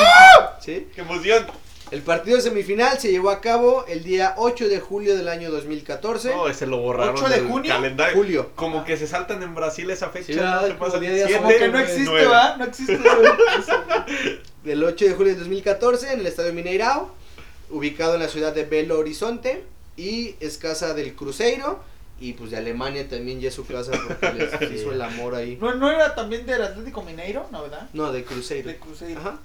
B: ¿Sí?
E: ¡Qué emoción!
B: El partido semifinal se llevó a cabo el día 8 de julio del año 2014.
E: No, ese lo borraron
C: 8 de
E: del
C: junio,
E: calendario.
B: julio.
E: Como que se saltan en Brasil esa fecha.
B: Sí, ¿verdad?
E: se
B: Como
E: pasan
B: día de
E: siete,
C: Como que no
E: nueve,
C: existe,
E: nueve.
C: ¿verdad? No existe. güey.
B: Del 8 de julio del 2014 en el estadio Mineirao, ubicado en la ciudad de Belo Horizonte y es casa del Cruzeiro. Y pues de Alemania también ya es su casa porque les hizo el amor ahí.
C: No, no era también del Atlético Mineiro, ¿no, verdad?
B: No, de Cruzeiro.
C: De Cruzeiro.
B: Ajá.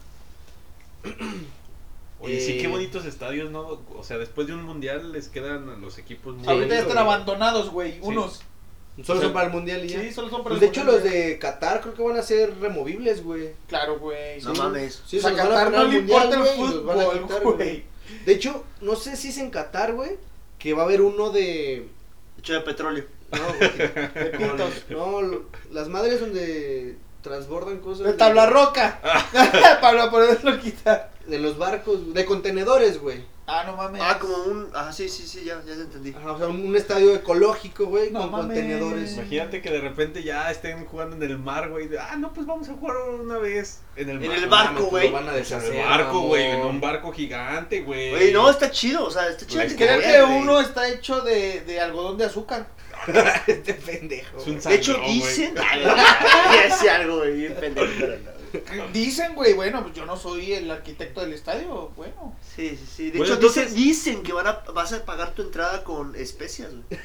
E: Oye, sí,
B: Eh,
E: qué bonitos estadios, ¿no? O sea, después de un mundial les quedan a los equipos muy.
C: Ahorita ya están
B: güey.
C: abandonados, güey. Unos.
B: Solo son para el mundial y ya.
C: Sí, solo son para
B: Pues
C: el
B: de hecho,
C: mundial.
B: los de Qatar creo que van a ser removibles, güey.
C: Claro, güey.
D: No
C: Sí.
D: mames.
B: Sí,
C: O sea,
B: se
C: a
B: los van
C: Qatar
B: poner
C: no
B: al
C: le
B: mundial,
C: importa el
B: güey, y los van a
C: fútbol,
B: quitar,
C: güey.
B: De hecho, no sé si es en Qatar, güey, que va a haber uno de.
D: Hecho de petróleo.
B: No, güey,
C: De pitos.
B: no, lo- las madres donde transbordan cosas.
C: De tabla roca. Para poderlo quitar.
B: De los barcos, güey, de contenedores, güey.
C: Ah, no mames.
D: Ah, como un. Ah, sí, sí, sí, ya, ya te entendí.
B: Ajá, O sea, un, un estadio ecológico, güey,
C: No
B: con
C: mames.
B: contenedores.
E: Imagínate que de repente ya estén jugando en el mar, güey. de, Ah, no, pues vamos a jugar una vez en el
D: En
E: mar.
D: el
B: No mames,
D: barco,
E: pues,
D: güey.
B: Lo van a
E: En
B: deshacer.
E: el barco,
B: mamón.
E: güey. En un barco gigante, güey.
D: Oye, no, está chido, o sea, está chido.
E: La
D: que
C: Creo
D: te
C: que
D: vean, güey.
C: uno está hecho de, de algodón de azúcar.
B: Este pendejo.
E: Es un
D: De hecho,
E: sangrón, güey.
D: dicen. Ya sé algo, güey, bien pendejo, pero no.
C: Dicen, güey, bueno, pues yo no soy el arquitecto del estadio, bueno.
D: Sí, sí, sí. De
E: Bueno,
D: hecho, dicen-
E: entonces-
D: dicen, que van a, vas a pagar tu entrada con especias, güey.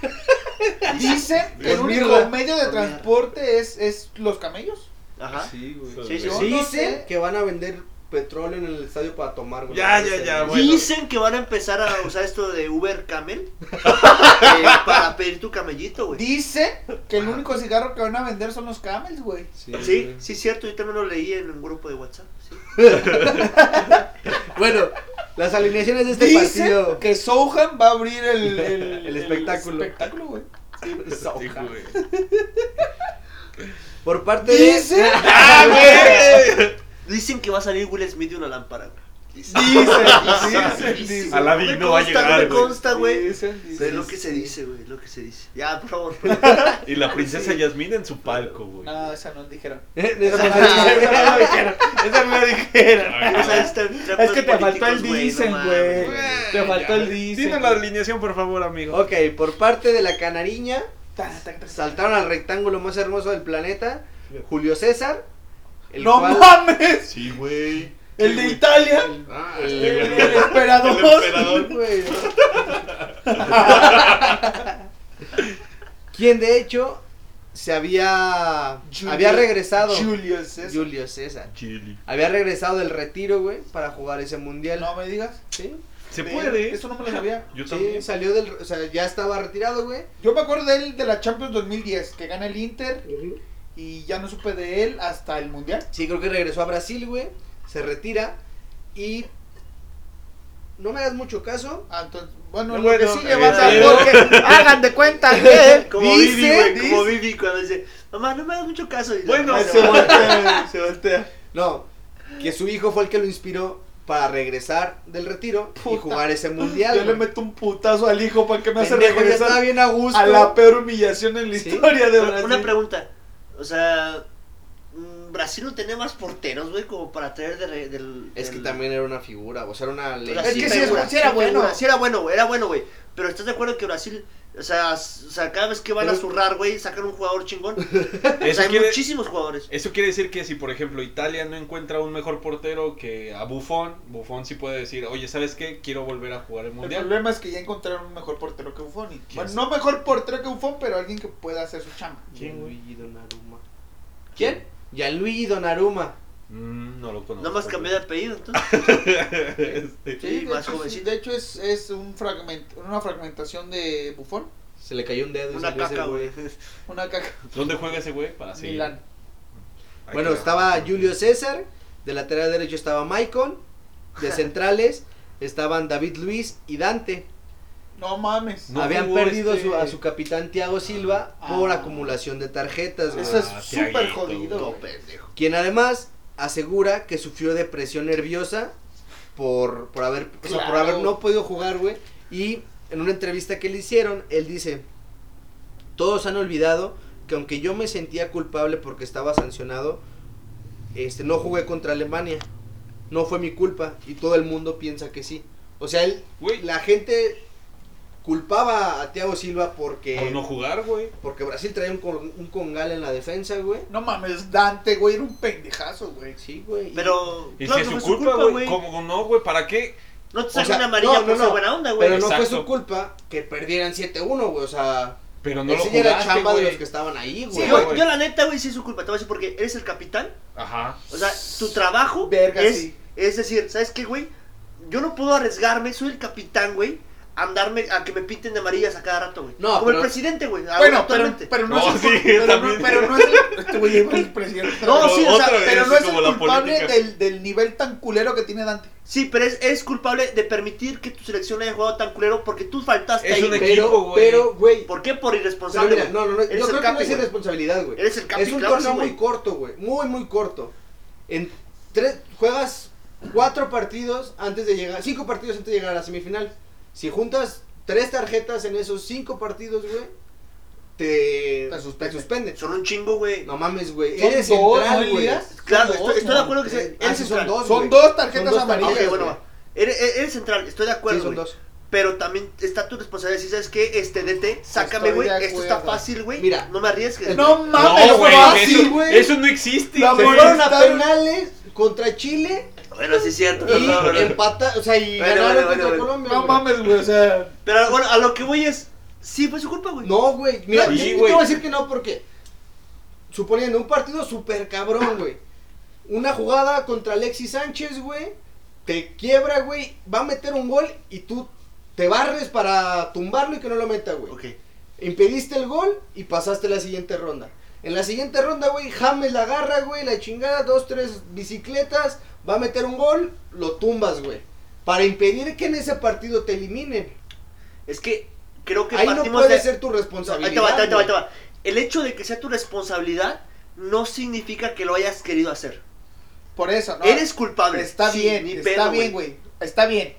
C: Dicen que el
B: Con
C: único
B: mirra.
C: medio de
D: Con mirra.
C: transporte es, es los camellos.
D: Ajá.
E: Sí, güey.
D: Sí, sí,
C: Yo
B: Sí,
C: no
B: dice
C: sé.
B: que van a vender petróleo en el estadio para tomar, güey.
E: Ya, ya, ya, güey. Bueno.
D: Dicen que van a empezar a usar esto de Uber Camel eh, para pedir tu camellito, güey.
C: Dice que el único cigarro que van a vender son los camels, güey.
D: Sí, sí, cierto. Yo también lo leí en un grupo de WhatsApp. sí.
B: Bueno, las alineaciones de este
C: Dice
B: partido.
C: que Sohan va a abrir el, el,
B: El espectáculo.
C: el espectáculo, güey.
E: Sí,
B: Soja.
E: güey.
B: Por parte de.
C: Dice,
E: ¡Ah, güey!
D: Dicen que va a salir Will Smith de una lámpara, güey.
C: dice, dice, dice.
E: A la Vig no va a
D: consta,
E: llegar,
D: me
E: güey.
D: consta, güey.
C: Dice,
D: Es
C: dice.
D: lo que se dice, güey, lo que se dice. Ya, por favor.
E: Y la princesa Yasmina en su palco, güey.
C: No, esa no dijeron.
B: Esa no la dijeron. Esa no la dijeron.
E: Ay,
D: es
C: Es que te faltó el dicen, güey. Te faltó el dicen.
E: Dime la alineación, por favor, amigo.
B: Ok, por parte de la canariña,
C: Ta, ta, ta.
B: saltaron al rectángulo más hermoso del planeta, Julio César. El
C: No
B: cual-
C: mames,
E: Sí, güey.
C: el de Italia,
B: Ah,
C: el,
B: el-
C: este el emperador.
E: El emperador.
C: güey.
B: Quien de hecho se había
C: Julio-
B: había regresado
C: Julio César.
B: Julio César.
E: Chili.
B: Había regresado del retiro, güey, para jugar ese mundial.
C: No me digas.
B: Sí,
E: Se
C: Ve,
E: puede.
C: este,
E: ¿eh?
C: Eso no me lo sabía.
E: Yo
B: sí,
E: también.
B: salió del, o sea, ya estaba retirado, güey.
C: Yo me acuerdo de él de la Champions 2010, que gana el Inter y ya no supe de él hasta el Mundial.
B: Sí, creo que regresó a Brasil, güey. Se retira y no me hagas mucho caso.
C: Ah, entonces, bueno,
E: No,
C: lo
E: bueno,
C: que sigue va a
E: eh,
C: dar
E: eh,
C: porque hagan de cuenta que
D: Como
B: Dice,
D: Vivi, güey, como
B: dice.
D: Vivi cuando dice, mamá, no me hagas mucho caso. Y-
E: Bueno,
D: Ay,
E: se
C: voltea, se voltea.
B: No, que su hijo fue el que lo inspiró para regresar del retiro y
C: Puta.
B: jugar ese
C: Yo
B: mundial.
C: le
B: güey.
C: meto un putazo al hijo para que me hace
B: Pendejo, ya estaba
C: regresar
B: bien a gusto.
C: a la peor humillación en la
B: Sí.
C: historia de Brasil.
D: Una pregunta. O sea, mm, Brasil no tenía más porteros, güey, como para traer de re- del.
B: Es que
D: del-
B: también era una figura, o sea, era una
D: o sea,
B: ley.
C: Es
D: sí,
C: que sí es-
D: figura,
C: sí era bueno.
D: figura, Sí era bueno, güey, era bueno, güey. Pero estás de acuerdo que Brasil. O sea, s- o sea, cada vez que van
B: Pero-
D: a zurrar, güey, sacan un jugador chingón. O
E: Eso
D: sea, hay
E: quiere,
D: muchísimos jugadores.
E: eso quiere decir que si, por ejemplo, Italia no encuentra un mejor portero que a Buffon, Buffon sí puede decir, oye, ¿sabes qué? Quiero volver a jugar el
C: El
E: mundial.
C: problema es que ya encontraron un mejor portero que Buffon. y-
E: ¿Quién
C: Bueno,
E: es?
C: no mejor portero que Buffon, pero alguien que pueda hacer su chamba.
B: Gianluigi Donnarumma. ¿Quién? Gianluigi Donnarumma.
E: Mm, no lo conozco.
D: Nada más cambié de apellido, entonces.
E: Este,
D: Sí,
C: de
D: más
C: hecho,
D: jovencito.
C: de hecho es, es un fragmento, una fragmentación de Buffon,
B: Se le cayó un dedo. y
D: Una
B: salió ese
D: caca, güey.
C: una caca
E: ¿Dónde juega ese güey? Para sí.
C: Milán.
E: Hay
B: Bueno,
E: que-
B: estaba Julio César, de lateral derecho estaba Maicon, de centrales estaban David Luis y Dante.
C: No mames.
E: No
B: Habían
E: jugó
B: perdido
E: este-
B: su- a su capitán Thiago Silva
C: Ah.
B: por acumulación de tarjetas, güey.
C: Eso es
E: Ah,
C: súper
E: Thiaguito,
C: jodido.
E: güey.
C: güey.
B: quien además asegura que sufrió depresión nerviosa por, por haber o sea, por
C: Claro.
B: haber no podido jugar, güey. Y en una entrevista que le hicieron, él dice, todos han olvidado que aunque yo me sentía culpable porque estaba sancionado, este no jugué contra Alemania. No fue mi culpa y todo el mundo piensa que sí. O sea, él,
E: Güey.
B: la gente culpaba a Thiago Silva porque
E: Por no jugar, güey.
B: porque Brasil traía un, con- un congal en la defensa, güey.
C: No mames, Dante, güey, era un pendejazo, güey.
B: Sí, güey. y-
D: Pero.
E: Y
D: claro
E: si
D: que
E: es
D: fue
E: su culpa, güey.
D: No
E: ¿Cómo no, güey? ¿Para qué?
D: te
B: O sea,
D: sacan una amarilla
B: no,
D: por
B: no,
D: ser
B: no.
D: buena onda, Ah, güey.
B: Pero no fue
E: Exacto.
B: su culpa que perdieran 7-1, güey. O sea,
E: Pero no
B: no
E: lo
B: ese ya era
E: jugaste,
B: chamba de
E: güey.
B: los que estaban ahí,
D: Sí,
B: güey.
E: Sí,
D: yo,
E: güey.
D: yo la neta, güey, sí es su culpa. Te voy a decir porque eres el capitán.
E: Ajá.
D: O sea, tu trabajo
C: Verga,
D: es,
C: sí.
D: es decir, ¿sabes qué, güey? Yo no puedo arriesgarme, soy el capitán, güey, a andarme, a que me pinten de amarillas a cada rato, güey.
B: No,
D: Como
B: pero-
D: el presidente, güey.
C: bueno, pero,
D: actualmente.
C: pero no,
E: No,
C: es
E: sí,
C: el, pero, no,
E: también.
C: pero no es el, este güey lleva el presidente.
D: No, sí, o sea,
E: Otra vez,
C: pero no es el
E: como la
C: culpable
E: política.
C: del, del nivel tan culero que tiene Dante.
D: Sí, pero es, eres culpable de permitir que tu selección haya jugado tan culero porque tú faltaste
E: Es
D: ahí.
E: un
D: güey.
E: equipo,
B: Pero,
E: güey.
B: pero, güey.
D: ¿Por qué? Por
B: pero
D: irresponsable,
B: mira,
D: güey.
B: no, no, no. Yo
D: Eres el
B: creo que no
D: capi,
B: es
D: güey.
B: irresponsabilidad, güey.
D: Eres el capi,
B: Es un
D: claro que
B: torneo
D: sí,
B: muy
D: güey.
B: corto, güey. Muy, muy corto. En tres, juegas cuatro partidos antes de llegar, cinco partidos antes de llegar a la semifinal. Si juntas tres tarjetas en esos cinco partidos, güey, te,
C: Te suspenden.
B: te suspenden.
D: Son un chingo, güey.
B: No mames, güey.
C: Son
B: Eres
C: dos,
B: central,
C: ¿no,
B: güey.
C: Elías?
D: Claro,
C: Son
D: estoy,
C: dos,
D: estoy de
C: no,
D: acuerdo que
B: tres.
D: se-
B: Ah,
D: eres
B: sí, son
D: central.
B: dos,
C: Son
B: güey.
C: dos tarjetas
B: Son dos
C: amarillas.
D: Ok,
B: amarillas,
D: bueno,
B: güey.
D: va. Eres, eres central, estoy de acuerdo,
B: Sí, son
D: güey.
B: dos.
D: Pero también está tu responsabilidad. Si sabes que este DT, sácame,
C: Estoy
D: güey.
C: de
D: Esto está
C: acuerdo.
D: fácil, güey.
B: Mira.
D: no me arriesgues.
C: No mames,
E: No,
C: no,
E: güey.
C: fácil,
E: Eso,
C: güey.
E: eso no existe.
C: La
E: Sí.
B: Se fueron a
C: Estaron-
B: penales contra Chile
D: Bueno, sí es cierto.
B: y
D: no, no, no.
B: empata, o sea, y
D: Bueno,
B: ganaron
D: bueno,
B: contra
D: bueno,
B: Colombia.
C: No
B: güey.
C: mames, güey, o sea.
D: Pero bueno, a lo que voy es. Sí, fue su culpa, güey.
B: No, güey. Mira,
E: Sí,
B: yo- yo te
E: güey.
B: voy a decir que no porque suponiendo un partido súper cabrón, güey. Una jugada contra Alexis Sánchez, güey. Te quiebra, güey. Va a meter un gol y tú te barres para tumbarlo y que no lo meta, güey.
D: Ok.
B: Impediste el gol y pasaste la siguiente ronda. En la siguiente ronda, güey, James la agarra, güey, la chingada, dos, tres bicicletas, va a meter un gol, lo tumbas, güey. Para impedir que en ese partido te eliminen.
D: Es que creo que
B: Ahí no
D: partimos
B: puede
D: de-
B: ser tu responsabilidad.
D: Ahí te va, ahí te va, ahí te
B: güey.
D: va. El hecho de que sea tu responsabilidad no significa que lo hayas querido hacer.
C: Por eso, ¿no?
D: Eres culpable.
C: Está
D: Sí,
C: bien,
D: ni
C: está
D: pedo,
C: bien, güey. Está bien.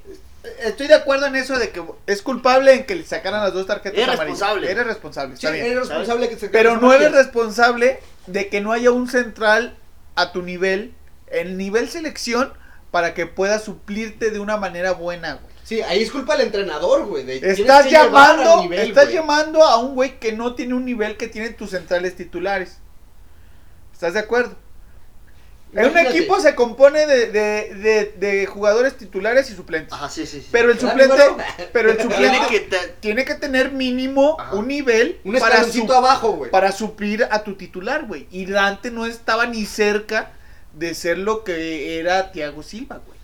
C: Estoy de acuerdo en eso de que es culpable en que le sacaran las dos tarjetas
D: Eres
C: amarillas.
D: responsable.
C: Eres responsable,
B: Sí,
C: está bien.
B: eres responsable que se
C: Pero
B: que se
C: no eres
B: marque.
C: responsable de que no haya un central a tu nivel, el nivel selección, para que pueda suplirte de una manera buena, güey.
B: Sí, ahí es culpa del entrenador, güey. de- tienes
C: Estás
B: que llevar
C: llamando,
B: al nivel,
C: estás
B: güey.
C: llamando a un güey que no tiene un nivel que tienen tus centrales titulares. ¿Estás de acuerdo? Un
B: Imagínate.
C: equipo se compone de, de- de- de jugadores titulares y suplentes.
D: Ajá, sí, sí, sí.
C: Pero el
B: Claro,
C: suplente,
B: claro.
C: pero el suplente
D: tiene que te-
C: tiene que tener mínimo
D: Ajá.
C: un nivel
B: Un
C: para,
B: escaloncito
C: su-
B: abajo, güey.
C: para suplir a tu titular, güey. Y Dante no estaba ni cerca de ser lo que era Thiago Silva, güey.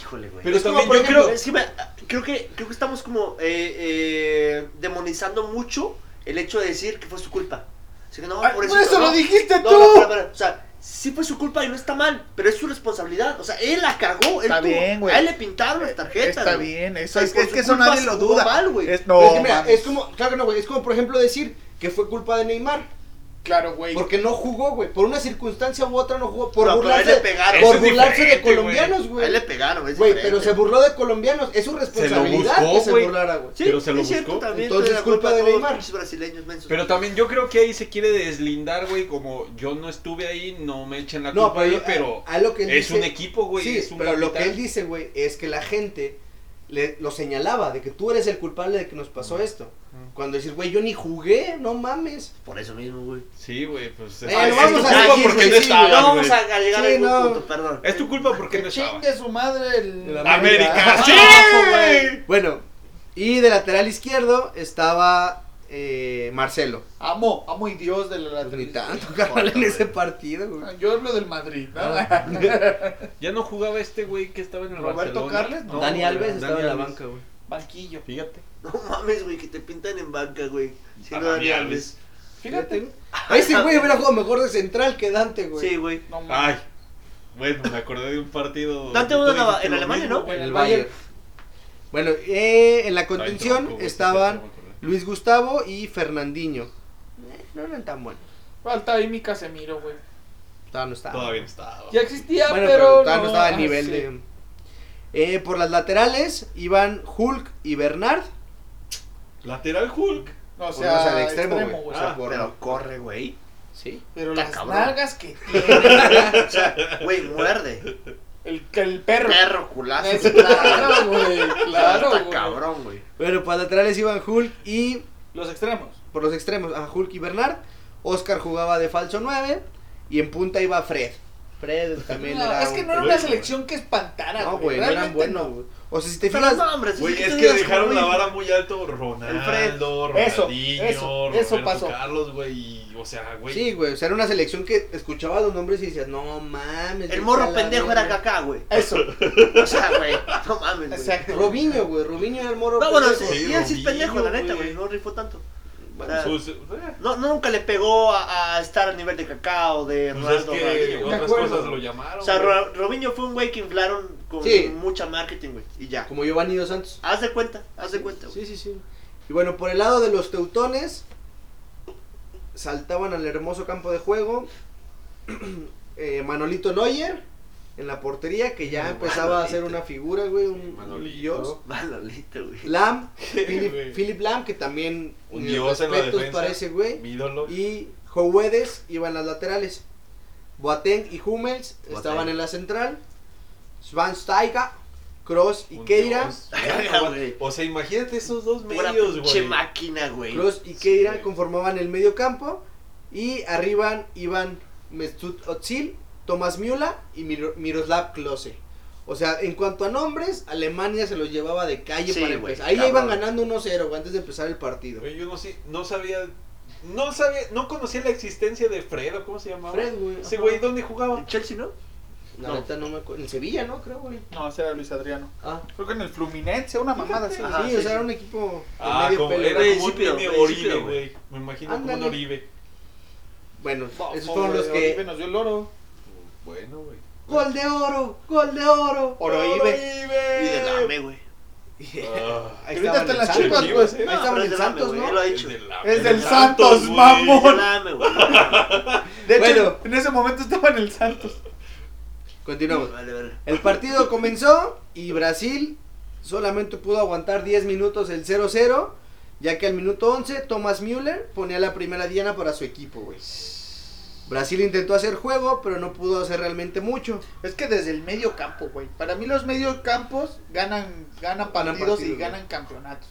D: Híjole, güey.
E: Pero
D: Es como,
E: también
D: por
E: yo
D: ejemplo,
E: creo-
D: es que me- creo que creo que estamos como eh, eh, demonizando mucho el hecho de decir que fue su culpa. Así que no,
C: Ah,
D: por eso,
C: por eso
D: no,
C: lo dijiste
D: no,
C: tú.
D: no, espera, espera, o sea, sí fue su culpa y no está mal, pero es su responsabilidad. O sea, él la cagó, él
C: Está
D: tuvo-
C: bien, güey. Eh,
D: a él le pintaron las tarjetas.
C: Está
D: güey.
C: bien,
D: O
C: eso
D: sea,
C: es,
D: por
C: es
D: su
C: que eso
D: culpa
C: nadie
D: se
C: lo
D: jugó
C: duda.
D: mal, güey.
C: Es-
B: Pero
C: no,
B: es que mira,
C: mames.
B: es como, claro que no, güey. Es como, por ejemplo, decir que fue culpa de Neymar.
C: claro, güey.
B: Porque no jugó, güey. Por una circunstancia u otra no jugó. Por
D: No, pero a él
B: burlarse,
D: le pegaron.
B: por
E: Eso es
B: burlarse de
E: diferente, güey.
B: colombianos,
D: A él le
B: güey.
D: pegaron, es
B: Güey,
D: diferente.
B: pero se burló de colombianos. Es su responsabilidad
E: buscó,
B: que se
E: güey.
B: burlara, güey.
E: pero se lo
D: es cierto
E: buscó.
D: también,
B: Entonces,
D: estoy la
B: culpa de
D: todos los
B: Neymar.
D: pinches brasileños, mensos.
E: Pero también yo creo que ahí se quiere deslindar, güey, como yo no estuve ahí, no me echen la
B: No,
E: culpa ahí,
B: pero,
E: pero
B: a- a lo que él
E: es
B: dice-
E: un equipo, güey,
B: Sí,
E: es un
B: pero lo que
E: capital.
B: él dice, güey, es que la gente le, lo señalaba de que tú eres el culpable de que nos pasó esto. Cuando decir, güey, yo ni jugué, no mames.
D: Por eso mismo, güey.
E: Sí, güey, pues
B: Bueno,
E: es,
B: Eh, vamos
E: tu
B: a
E: culpa
B: seguir,
E: porque
B: güey,
E: no
B: sí,
E: estabas,
D: no
E: güey.
D: vamos a llegar
B: Sí,
D: a ningún
B: no.
D: punto, perdón.
E: Es tu culpa porque no estabas.
C: Chingue su madre el...
B: La
E: América.
B: América.
E: ¡Sí!
B: Bueno, y de lateral izquierdo estaba eh, Marcelo.
C: Amo, amo y Dios de la
B: Pues Ni Ah.
C: lateral.
B: tanto, carnal, en ese partido, güey.
C: Yo hablo del Madrid, ¿no?
E: Ya no jugaba este güey que estaba en el
C: Roberto
E: Barcelona.
C: Carles, no.
B: Dani
C: güey,
B: Alves estaba
E: Dani
B: en la
E: Alves.
B: banca, güey.
C: Banquillo.
E: Fíjate.
D: No mames, güey, que te pintan en banca, güey. Si
E: Ah,
D: no, Dani
E: mames.
D: Alves.
C: Fíjate.
B: Ese güey hubiera jugado mejor de central que Dante, güey.
D: Sí, güey.
C: No mames.
E: Ay. Bueno, me acordé de un partido.
D: Dante
E: donde tú
D: Udo
E: dijiste
D: en
E: lo
D: Alemania,
E: mismo,
D: ¿no?
E: güey.
B: En el
C: el
B: Bayern.
C: Bayern.
B: Bueno, eh, en la
E: Está en
B: contención
E: tronco, güey,
B: estaban
E: sí, sí, sí, me acordé.
B: Luis Gustavo y Fernandinho. Eh, no eran tan buenos.
C: Falta ahí mi Casemiro, güey.
B: Todavía no estaba.
E: Todavía no estaba.
C: Ya existía,
B: Bueno,
C: pero,
B: pero todavía no estaba al
C: ah,
B: nivel
C: sí.
B: de. Eh, por las laterales iban Hulk y Bernard.
E: Lateral Hulk.
C: No, o
B: O
C: sea,
B: no, o sea,
C: de
B: de
C: extremo,
B: extremo,
C: güey.
B: güey.
C: Ah,
B: O sea, por-
D: Pero corre, güey.
B: Sí.
C: pero
D: está
C: las
D: cabrón.
C: nalgas que tiene.
D: O sea, güey, muerde.
C: el, el perro.
D: Perro, culazo.
C: Es- claro, güey. Claro,
D: Está
C: güey.
D: cabrón, güey.
B: Bueno, por las laterales iban Hulk y
C: Los extremos.
B: por los extremos a Hulk y Bernard. Oscar jugaba de falso 9 y en punta iba Fred. Fred también
C: No,
B: era
C: es que
B: un
C: no era
E: güey,
C: una selección que espantara,
B: No, güey, no eran
C: Realmente
B: buenos,
C: no.
B: güey. O sea, si te
D: Pero
B: fijas,
D: no, hombre,
E: Güey,
D: sí
E: es
D: Pues tú
E: que
D: digas,
E: dejaron la
D: güey.
E: vara muy alto Ronaldo,
C: Alfredo. Eso,
E: Ronaldinho,
C: eso, eso
E: Roberto
C: pasó.
E: Carlos, güey, y, o sea, güey.
B: sí, güey, o sea, era una selección que escuchaba los nombres y decías, no mames.
D: El morro
B: vete a la
D: pendejo
B: verga".
D: era caca, güey.
C: Eso.
D: O sea, güey. No mames, güey.
C: Exacto.
B: Robinho, güey, Robinho era el morro
D: No, bueno,
B: pendejo.
E: Sí,
D: sí, él sí es
E: Robinho,
D: pendejo, la neta,
E: güey.
D: güey. No rifó tanto.
B: Bueno,
D: Ah.
E: Sus- eh,
D: No, nunca le pegó a, a estar al nivel de cacao, de
E: pues es
D: Ronaldo.
E: que
D: Ronaldinho.
E: otras
C: acuerdo.
E: cosas lo llamaron.
D: O sea,
E: güey.
D: Ro- Robinho fue un güey que inflaron con
B: Sí.
D: mucha marketing, güey. Y ya.
B: Como Giovanni Dos Santos.
D: Haz de cuenta, haz de cuenta, güey.
B: Sí, sí, sí. Y bueno, por el lado de los teutones, saltaban al hermoso campo de juego. eh, Manolito Neuer en la portería, que ya
E: Sí,
B: empezaba a ser
D: Manolito.
B: una figura, güey, un, un
E: Manolito.
B: dios.
D: Manolito, güey.
B: Lam,
E: güey.
B: Philip, Philip Lam, que también
E: Un
B: mis
E: dios en la
B: respetos
E: defensa.
B: para ese güey.
E: Mi ídolo.
B: Y Houedes iba en las laterales. Boateng y Hummels
D: Boateng.
B: estaban en la central. Schweinsteiger, Cross y
E: Un
B: Keira.
E: dios.
D: Verga, güey.
E: O sea, imagínate esos dos
D: Pura
E: medios,
D: pinche
E: güey.
D: máquina, güey.
B: Cross y
E: Sí,
B: Keira
E: güey.
B: conformaban el medio campo. Y arriba iban Mesut Özil, Tomás Müller y Miro- Miroslav Klose. O sea, en cuanto a nombres, Alemania se los llevaba de calle
D: Sí,
B: para
D: güey,
B: empezar. Ahí ya
D: cabrón.
B: iban ganando 1-0 güey, antes de empezar el partido.
E: Güey, yo no, sé- no sabía, no sabía, no conocía la existencia de Fredo, ¿cómo se llamaba?
B: Fred, güey.
E: Ese
B: ajá.
E: güey, ¿dónde jugaba?
D: Chelsea, ¿no?
B: La
E: No.
B: neta no me acuerdo. En Sevilla, ¿no? Creo, güey.
C: No, ese era Luis Adriano.
B: Ah,
C: Creo que en el Fluminense, una mamada así.
B: sí,
C: Ajá,
B: o sea, era un equipo de
E: Ah,
B: medio
E: como
B: pelo,
E: era
B: ¿verdad?
E: como un
D: Principio,
E: meme
D: principio.
E: Oribe, güey. Me imagino como
B: Ándale.
E: un Oribe.
B: Bueno, esos
C: Como
B: fueron los
C: de
B: que...
C: Oribe nos dio el oro.
E: Bueno, güey.
B: ¡Gol de oro! ¡Gol de oro!
C: Oroibe.
B: Eh,
D: Y de Lame, güey.
E: Ah,
B: Ahí
C: Que ahorita
B: estaban
C: está en
B: el
C: las
E: Santos,
C: chivas, pues.
E: güey.
C: güey.
B: Ahí
E: Ahí No,
B: estaban
D: pero
B: el
D: es de Lame,
B: Santos,
D: güey,
B: ¿no?
D: él lo ha dicho.
E: Es del Lame.
C: Es del
D: del
C: Santos,
E: güey.
D: Es de
C: mamón.
D: Lame, güey.
C: De hecho,
B: Bueno.
C: en ese momento estaba en el Santos.
B: Continuamos.
D: Vale, vale.
B: El partido comenzó y Brasil solamente pudo aguantar 10 minutos el 0-0, ya que al minuto 11 Thomas Müller ponía la primera diana para su equipo, güey. Brasil intentó hacer juego, pero no pudo hacer realmente mucho.
C: Es que desde el medio campo, güey. Para mí los medio campos ganan, ganan partidos
B: partidos,
C: y
B: güey.
C: ganan campeonatos.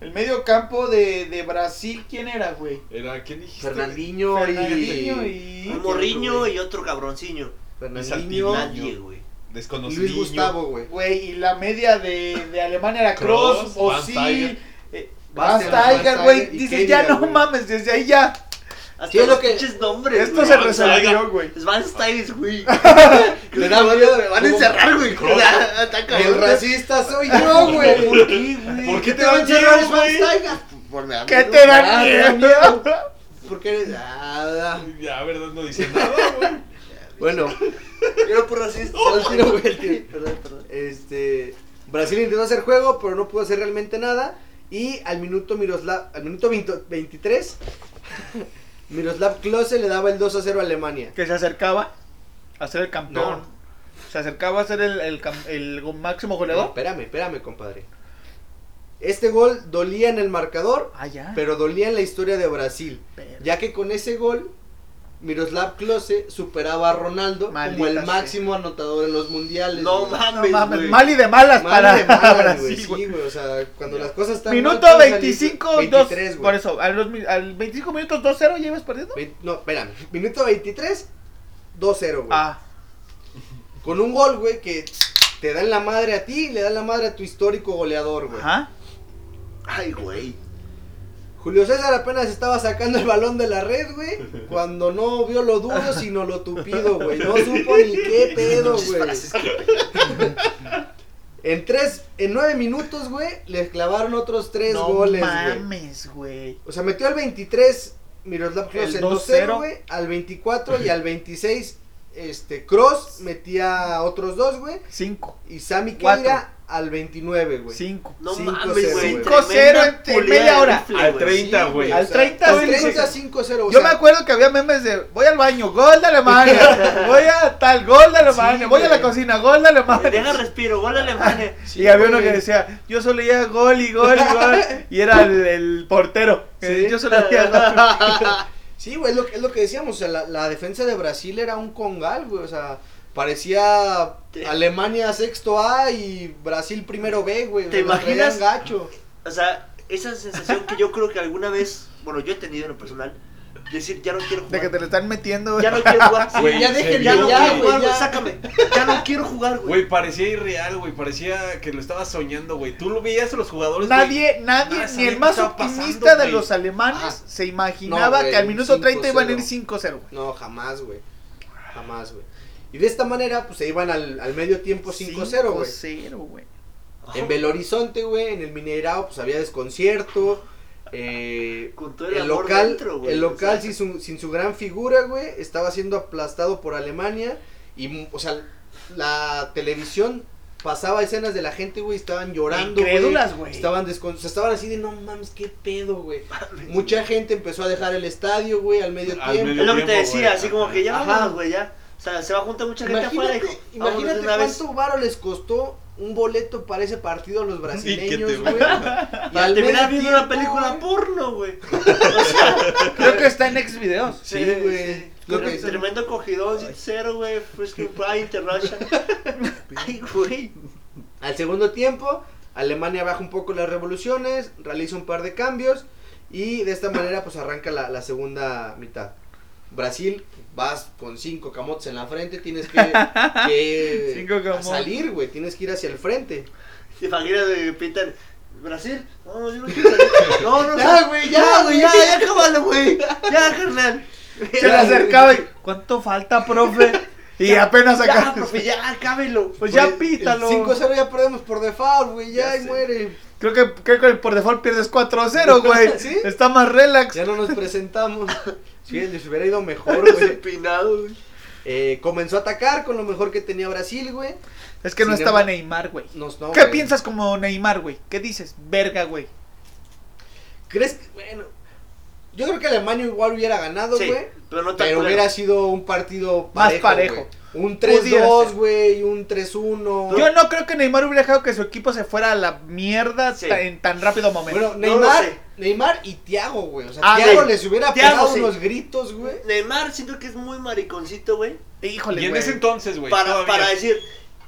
C: El medio campo de, de Brasil, ¿quién era, güey?
E: Era, ¿quién dijiste?
B: Fernandinho,
C: Fernandinho
B: y...
C: y...
D: Un morriño y otro cabronciño.
B: Fernandinho
D: Nadie, güey.
B: y
E: Desconocido.
B: Luis Gustavo, güey.
C: Güey, y la media de, de Alemania era Kroos,
E: Kroos, Van
C: Ozil,
E: Steiger.
C: eh, Van
B: Bastian
C: Steiger,
B: Van
C: güey.
B: Steiger y
C: Dices, ya
B: Kedira,
C: no
B: güey.
C: mames, desde ahí ya.
D: Hasta
B: Sí, es lo
D: los
B: que-
D: pinches nombres,
C: Esto
D: güey.
C: se
E: Van
C: resolvió,
E: Steiger.
C: güey.
D: Es Van Styles, güey.
B: Le da miedo, me
D: Van a encerrar, güey.
E: Cross.
D: O sea, está
B: El
D: cabrón.
B: racista soy yo, güey. ¿Por qué, güey?
E: ¿Por qué te va a encerrar,
B: Van
E: güey?
B: Steiger?
D: Por nada.
C: ¿Qué te da
B: Ah, te da
C: miedo?
B: ¿Por qué eres? Ah, ah.
E: Ya, verdad, no dice nada, güey.
B: bueno,
D: Yo no por racista.
C: Oh
B: el tiro, güey, el tiro.
D: Perdón, perdón.
B: Este, Brasil intentó hacer juego, pero no pudo hacer realmente nada. Y al minuto Miroslav, al minuto 20 23, Miroslav Klose le daba el 2 a 0 a Alemania.
C: Que se acercaba a ser el campeón.
B: No.
C: Se acercaba a ser el, el cam- el go- máximo
B: No,
C: goleador.
B: espérame, espérame, compadre. Este gol dolía en el marcador,
C: Ah, ya.
B: pero dolía en la historia de Brasil,
C: Pero-
B: ya que con ese gol Miroslav Klose superaba a Ronaldo
C: Maldita
B: como el
C: sea.
B: máximo anotador en los mundiales.
D: No
B: güey.
C: No mames,
D: mames, güey.
C: mal y de malas
B: Madre
C: para,
B: de malas,
C: para
B: güey,
C: Brasil, güey.
B: sí, güey, o sea, cuando las cosas están mal,
C: Minuto
B: todo sale-
C: 25,
B: 23,
C: 2.
B: güey.
C: Por eso, a los mi- al 25 minutos 2-0 ya ibas perdiendo.
B: Ve- No, espérame. Minuto 23, 2-0, güey.
C: Ah,
B: Con un gol, güey, que te dan la madre a ti y le dan la madre a tu histórico goleador, güey.
C: ajá.
D: Ay, güey.
B: Julio César apenas estaba sacando el balón de la red, güey. Cuando no vio lo duro, sino lo tupido, güey. No supo ni qué pedo,
D: Pinches
B: güey.
D: frases que-
B: En tres, en nueve minutos, güey, le clavaron otros tres goles, güey.
C: mames, güey.
B: O sea, metió al 23 Miroslav Kroos
C: El
B: el
C: 2-0.
B: 2-0, güey. Al 24 y al 26, este, Kroos metía otros dos, güey.
C: 5.
B: Y Sammy
C: Cuatro.
B: Keira al 29, güey.
C: 5.
D: No
B: Cinco
D: mames,
B: cero,
D: güey.
B: güey.
D: Tremenda
C: 5-0 en- en
D: pulida
C: media
D: de
C: hora.
D: rifle,
E: Al
D: güey.
E: 30,
B: Sí,
E: güey.
C: Al 30,
B: al
C: güey,
B: 30,
C: sí.
B: 5-0.
C: Yo
B: o sea,
C: me acuerdo que había memes de voy al baño, gol de Alemania, voy a tal, gol de Alemania,
B: Sí,
C: voy a la
B: güey.
C: cocina, gol de Alemania.
D: Deja respiro, gol Alemania.
C: y había uno
B: güey.
C: que decía, yo solo leía gol y gol y gol. Y era el, el portero. que
B: Sí.
C: Yo solo leía gol.
B: Sí, güey, es lo, que- es lo que decíamos. O sea, la, la defensa de Brasil era un congal, güey. O sea, parecía
D: Te-
B: Alemania sexto A y Brasil primero B, güey. o
D: ¿Te
B: sea, nos traían
D: imaginas?
B: gacho.
D: O sea, esa sensación que yo creo que alguna vez, bueno, yo he tenido en lo personal, decir, ya no quiero
C: De
D: jugar.
C: que te lo están metiendo. güey.
D: Ya no quiero jugar.
E: Güey,
B: ya
E: se
B: dejen,
D: Ya
E: vio,
D: no
B: ya,
D: quiero
B: güey,
D: jugar, güey,
B: ya.
D: sácame. Ya no quiero jugar, güey.
E: Güey, parecía irreal, güey. Parecía que lo estaba soñando, güey. Tú lo veías a los jugadores. güey.
C: Nadie, nadie,
E: nada,
C: ni
E: sabía
C: el
E: qué
C: más
E: estaba
C: optimista
E: pasando,
C: de
E: güey.
C: los alemanes
B: Ah,
C: se imaginaba
B: no,
C: que al
B: güey,
C: minuto 30 iban a ir
B: 5-0.
C: 5-0. güey.
B: No, jamás, güey. Jamás, güey. Y de esta manera, pues se iban al, al medio tiempo 5-0, güey.
C: 5-0, güey.
B: En Belo Horizonte, güey, en el Mineirao, pues había desconcierto. eh,
D: Con todo el,
B: el,
D: amor
B: local,
D: dentro, güey.
B: el local
D: O sea,
B: sin su, sin su gran figura, güey, estaba siendo aplastado por Alemania. Y, mm, o sea, la televisión pasaba escenas de la gente, güey, estaban llorando, güey.
C: Incrédulas, güey.
B: Estaban descon... o sea, estaban así de, no mames, qué pedo, güey.
D: mames,
B: Mucha gente empezó a dejar el estadio, güey, al medio
E: Al
B: tiempo.
E: medio-
D: Es lo que te
E: tiempo,
D: decía,
E: güey.
D: así como que ya
B: Ajá.
D: vámonos, güey, ya. O sea, se va a juntar mucha gente afuera,
B: Imagínate,
D: hijo. Vámonos de
B: imagínate
D: una vez.
B: cuánto varo les costó un boleto para ese partido a los
E: te
B: brasileños, güey.
E: vaya.
B: Y
D: Para
B: al
D: terminar
B: medio tiempo,
D: viendo una película
B: güey.
D: porno, güey.
C: Creo que está en ex videos.
B: Sí, güey. Lo
D: Con
B: que-
D: el Tremendo cogidón, sin cero, güey. First Pride International. Ay, güey.
B: Al segundo tiempo, Alemania baja un poco las revoluciones, realiza un par de cambios y de esta manera pues arranca la, la segunda mitad. Brasil, vas con cinco camotes en la frente, tienes que, que
C: Cinco camotes.
B: salir, güey, tienes que ir hacia el frente.
D: Te imaginas de pintan Brasil. No, yo no quiero salir. No, no,
B: Ya, güey, ya,
D: güey, ya, ya, cámalo, güey. Ya, carnal.
C: Se le acercaba y. ¿Cuánto falta, profe? Y apenas
D: Ya,
C: acá.
D: profe, ya, cábelo.
C: Pues ya
B: El
C: pítalo.
B: 5-0 ya perdemos por default, güey.
D: Ya
B: Ya, y
D: sé.
B: muere.
C: Creo que, creo que por default pierdes 4-0, güey.
B: ¿Sí?
C: Está más relax.
B: Ya no nos presentamos. Sí, les hubiera ido mejor,
D: Es
B: güey.
D: empinado, güey.
B: Eh, comenzó a atacar con lo mejor que tenía Brasil, güey.
C: Es que no
B: Sin
C: estaba
B: embargo-
C: Neymar, güey.
B: Nos, no,
C: ¿Qué
B: güey.
C: piensas como Neymar, güey? ¿Qué dices? Verga, güey.
B: ¿Crees que, bueno? Yo creo que Alemania igual hubiera ganado,
D: Sí,
B: güey.
D: pero no tan
B: Pero
D: culero.
B: hubiera sido un partido
C: Más
B: parejo,
C: parejo.
B: güey. Un
C: Pudiera
B: 3-2,
C: ser.
B: güey, un 3-1.
C: Yo no creo que Neymar hubiera dejado que su equipo se fuera a la mierda
D: Sí.
C: ta- en tan rápido momento.
B: Bueno,
D: No lo
B: Neymar,
D: sé.
B: Neymar y Thiago, güey. O sea,
C: Ah,
B: Thiago
D: sí.
B: les hubiera
D: Thiago,
B: pegado
D: sí.
B: unos gritos, güey.
D: Neymar siento que es muy mariconcito, güey.
C: Híjole,
E: Y en
C: güey.
E: ese entonces, güey.
D: Para,
E: todavía.
D: para decir,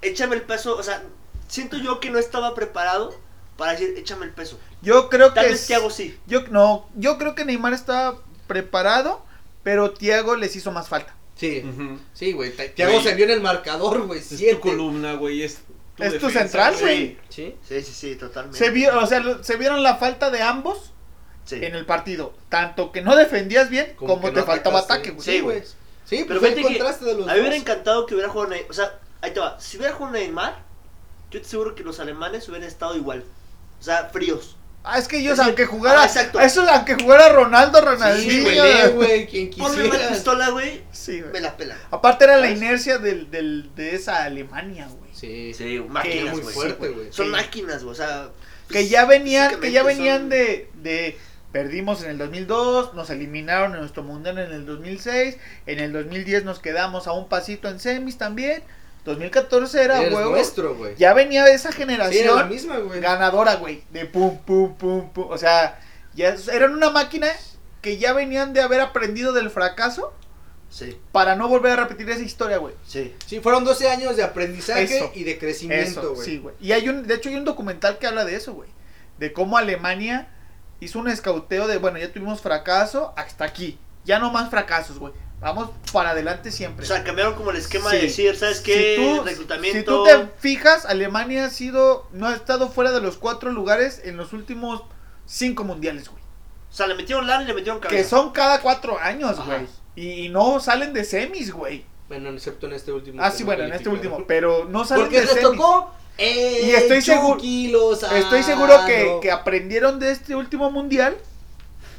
D: échame el peso. O sea, siento yo que no estaba preparado para decir, échame el peso.
C: Yo creo que
D: Tal vez
C: es-
D: Thiago sí.
C: Yo no, yo creo que Neymar estaba preparado, pero Thiago les hizo más falta.
D: este
B: Sí,
E: Ujú.
B: sí, güey. Ti- Thiago
E: Güey.
B: se vio en el marcador, güey.
E: Es
B: siete.
E: tu columna, güey. Es tu,
C: Es tu
E: defensa,
C: central,
D: Sí,
B: Sí.
D: sí, sí, sí, totalmente.
C: Se vio, o sea, lo- se vieron la falta de ambos
D: Sí.
C: en el partido, tanto que no defendías bien como,
B: Como que
C: te
B: no
C: faltaba
B: atacaste.
C: ataque, güey.
B: Sí, güey. Sí,
D: Pero
B: pero fue el
D: fíjate que
B: contraste de los
D: A mí me hubiera
B: dos.
D: encantado que hubiera jugado Neymar. O sea, ahí te va. Si hubiera jugado Neymar, yo te aseguro que los alemanes hubieran estado igual. O sea, fríos.
C: Ah, es que ellos
D: Sí.
C: aunque jugara,
D: Ah, exacto.
C: eso aunque jugara Ronaldo, Ronaldinho,
B: Sí, güey, eh, güey, quien
D: Ponme una
B: quisiera.
D: pistola, güey.
C: Sí, güey.
D: Me la pela.
C: Aparte era la
D: ¿Sabes?
C: inercia del, del- de esa Alemania, güey.
B: Sí,
D: Sí, máquinas,
B: muy
D: güey.
B: fuerte, güey.
D: Son
C: Sí.
D: máquinas, güey. O sea,
B: Pues,
D: pues,
C: Que ya venían, que ya
D: físicamente
C: venían
D: son-
C: de, de perdimos en el 2002, nos eliminaron en nuestro mundial en el 2006, en el 2010 nos quedamos a un pasito en semis también, 2014 era
B: Eres
C: huevo.
B: nuestro, güey.
C: Ya venía esa
B: Sí, era la
C: generación
B: misma, güey.
C: ganadora, güey, de pum pum pum pum, o sea, ya es- eran una máquina que ya venían de haber aprendido del fracaso
D: Sí,
C: para no volver a repetir esa historia, güey.
D: sí.
B: Sí, fueron 12 años de aprendizaje
C: Eso.
B: y de crecimiento,
C: Eso,
B: güey.
C: sí, güey. Y hay un, de hecho hay un documental que habla de eso, güey. De cómo Alemania hizo un escauteo de, bueno, ya tuvimos fracaso hasta aquí. Ya no más fracasos, güey. Vamos para adelante
D: O
C: siempre.
D: sea, cambiaron como el esquema
C: Sí.
D: de decir, ¿sabes qué? Reclutamiento.
C: si tú te fijas, Alemania ha sido, no ha estado fuera de los cuatro lugares en los últimos cinco mundiales, güey.
D: O sea, le metieron lana y le metieron
C: Que
D: cabeza.
C: son cada cuatro años,
B: Ajá.
C: güey. Y, y no salen de semis, güey.
B: Bueno, excepto en este último.
C: Ah,
B: que
C: sí,
B: no
C: bueno, en este
B: calificaron.
C: último. Pero no salen
B: Porque
C: de
B: les
C: semis.
B: tocó. eh,
C: Y estoy seguro-
B: Chucky Lozano.
C: Estoy seguro que, que aprendieron de este último mundial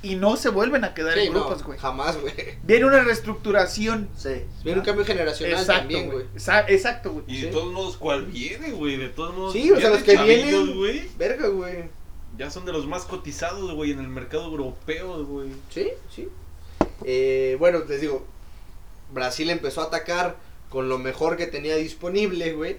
C: y no se vuelven a quedar
B: Sí,
C: en
B: no,
C: grupos, güey.
B: jamás, güey.
C: Viene una reestructuración.
D: Sí.
B: Viene un cambio generacional también, güey.
C: Exa- Exacto, güey.
E: Y de
B: Sí.
E: todos modos, ¿cuál viene, güey? De todos modos.
B: Sí, o sea,
E: ya
B: los
E: de
B: que
E: chavitos,
B: vienen-
E: güey,
B: Verga, güey.
E: ya son de los más cotizados, güey, en el mercado europeo, güey.
B: Sí, sí. Eh, bueno, les digo, Brasil empezó a atacar con lo mejor que tenía disponible, güey.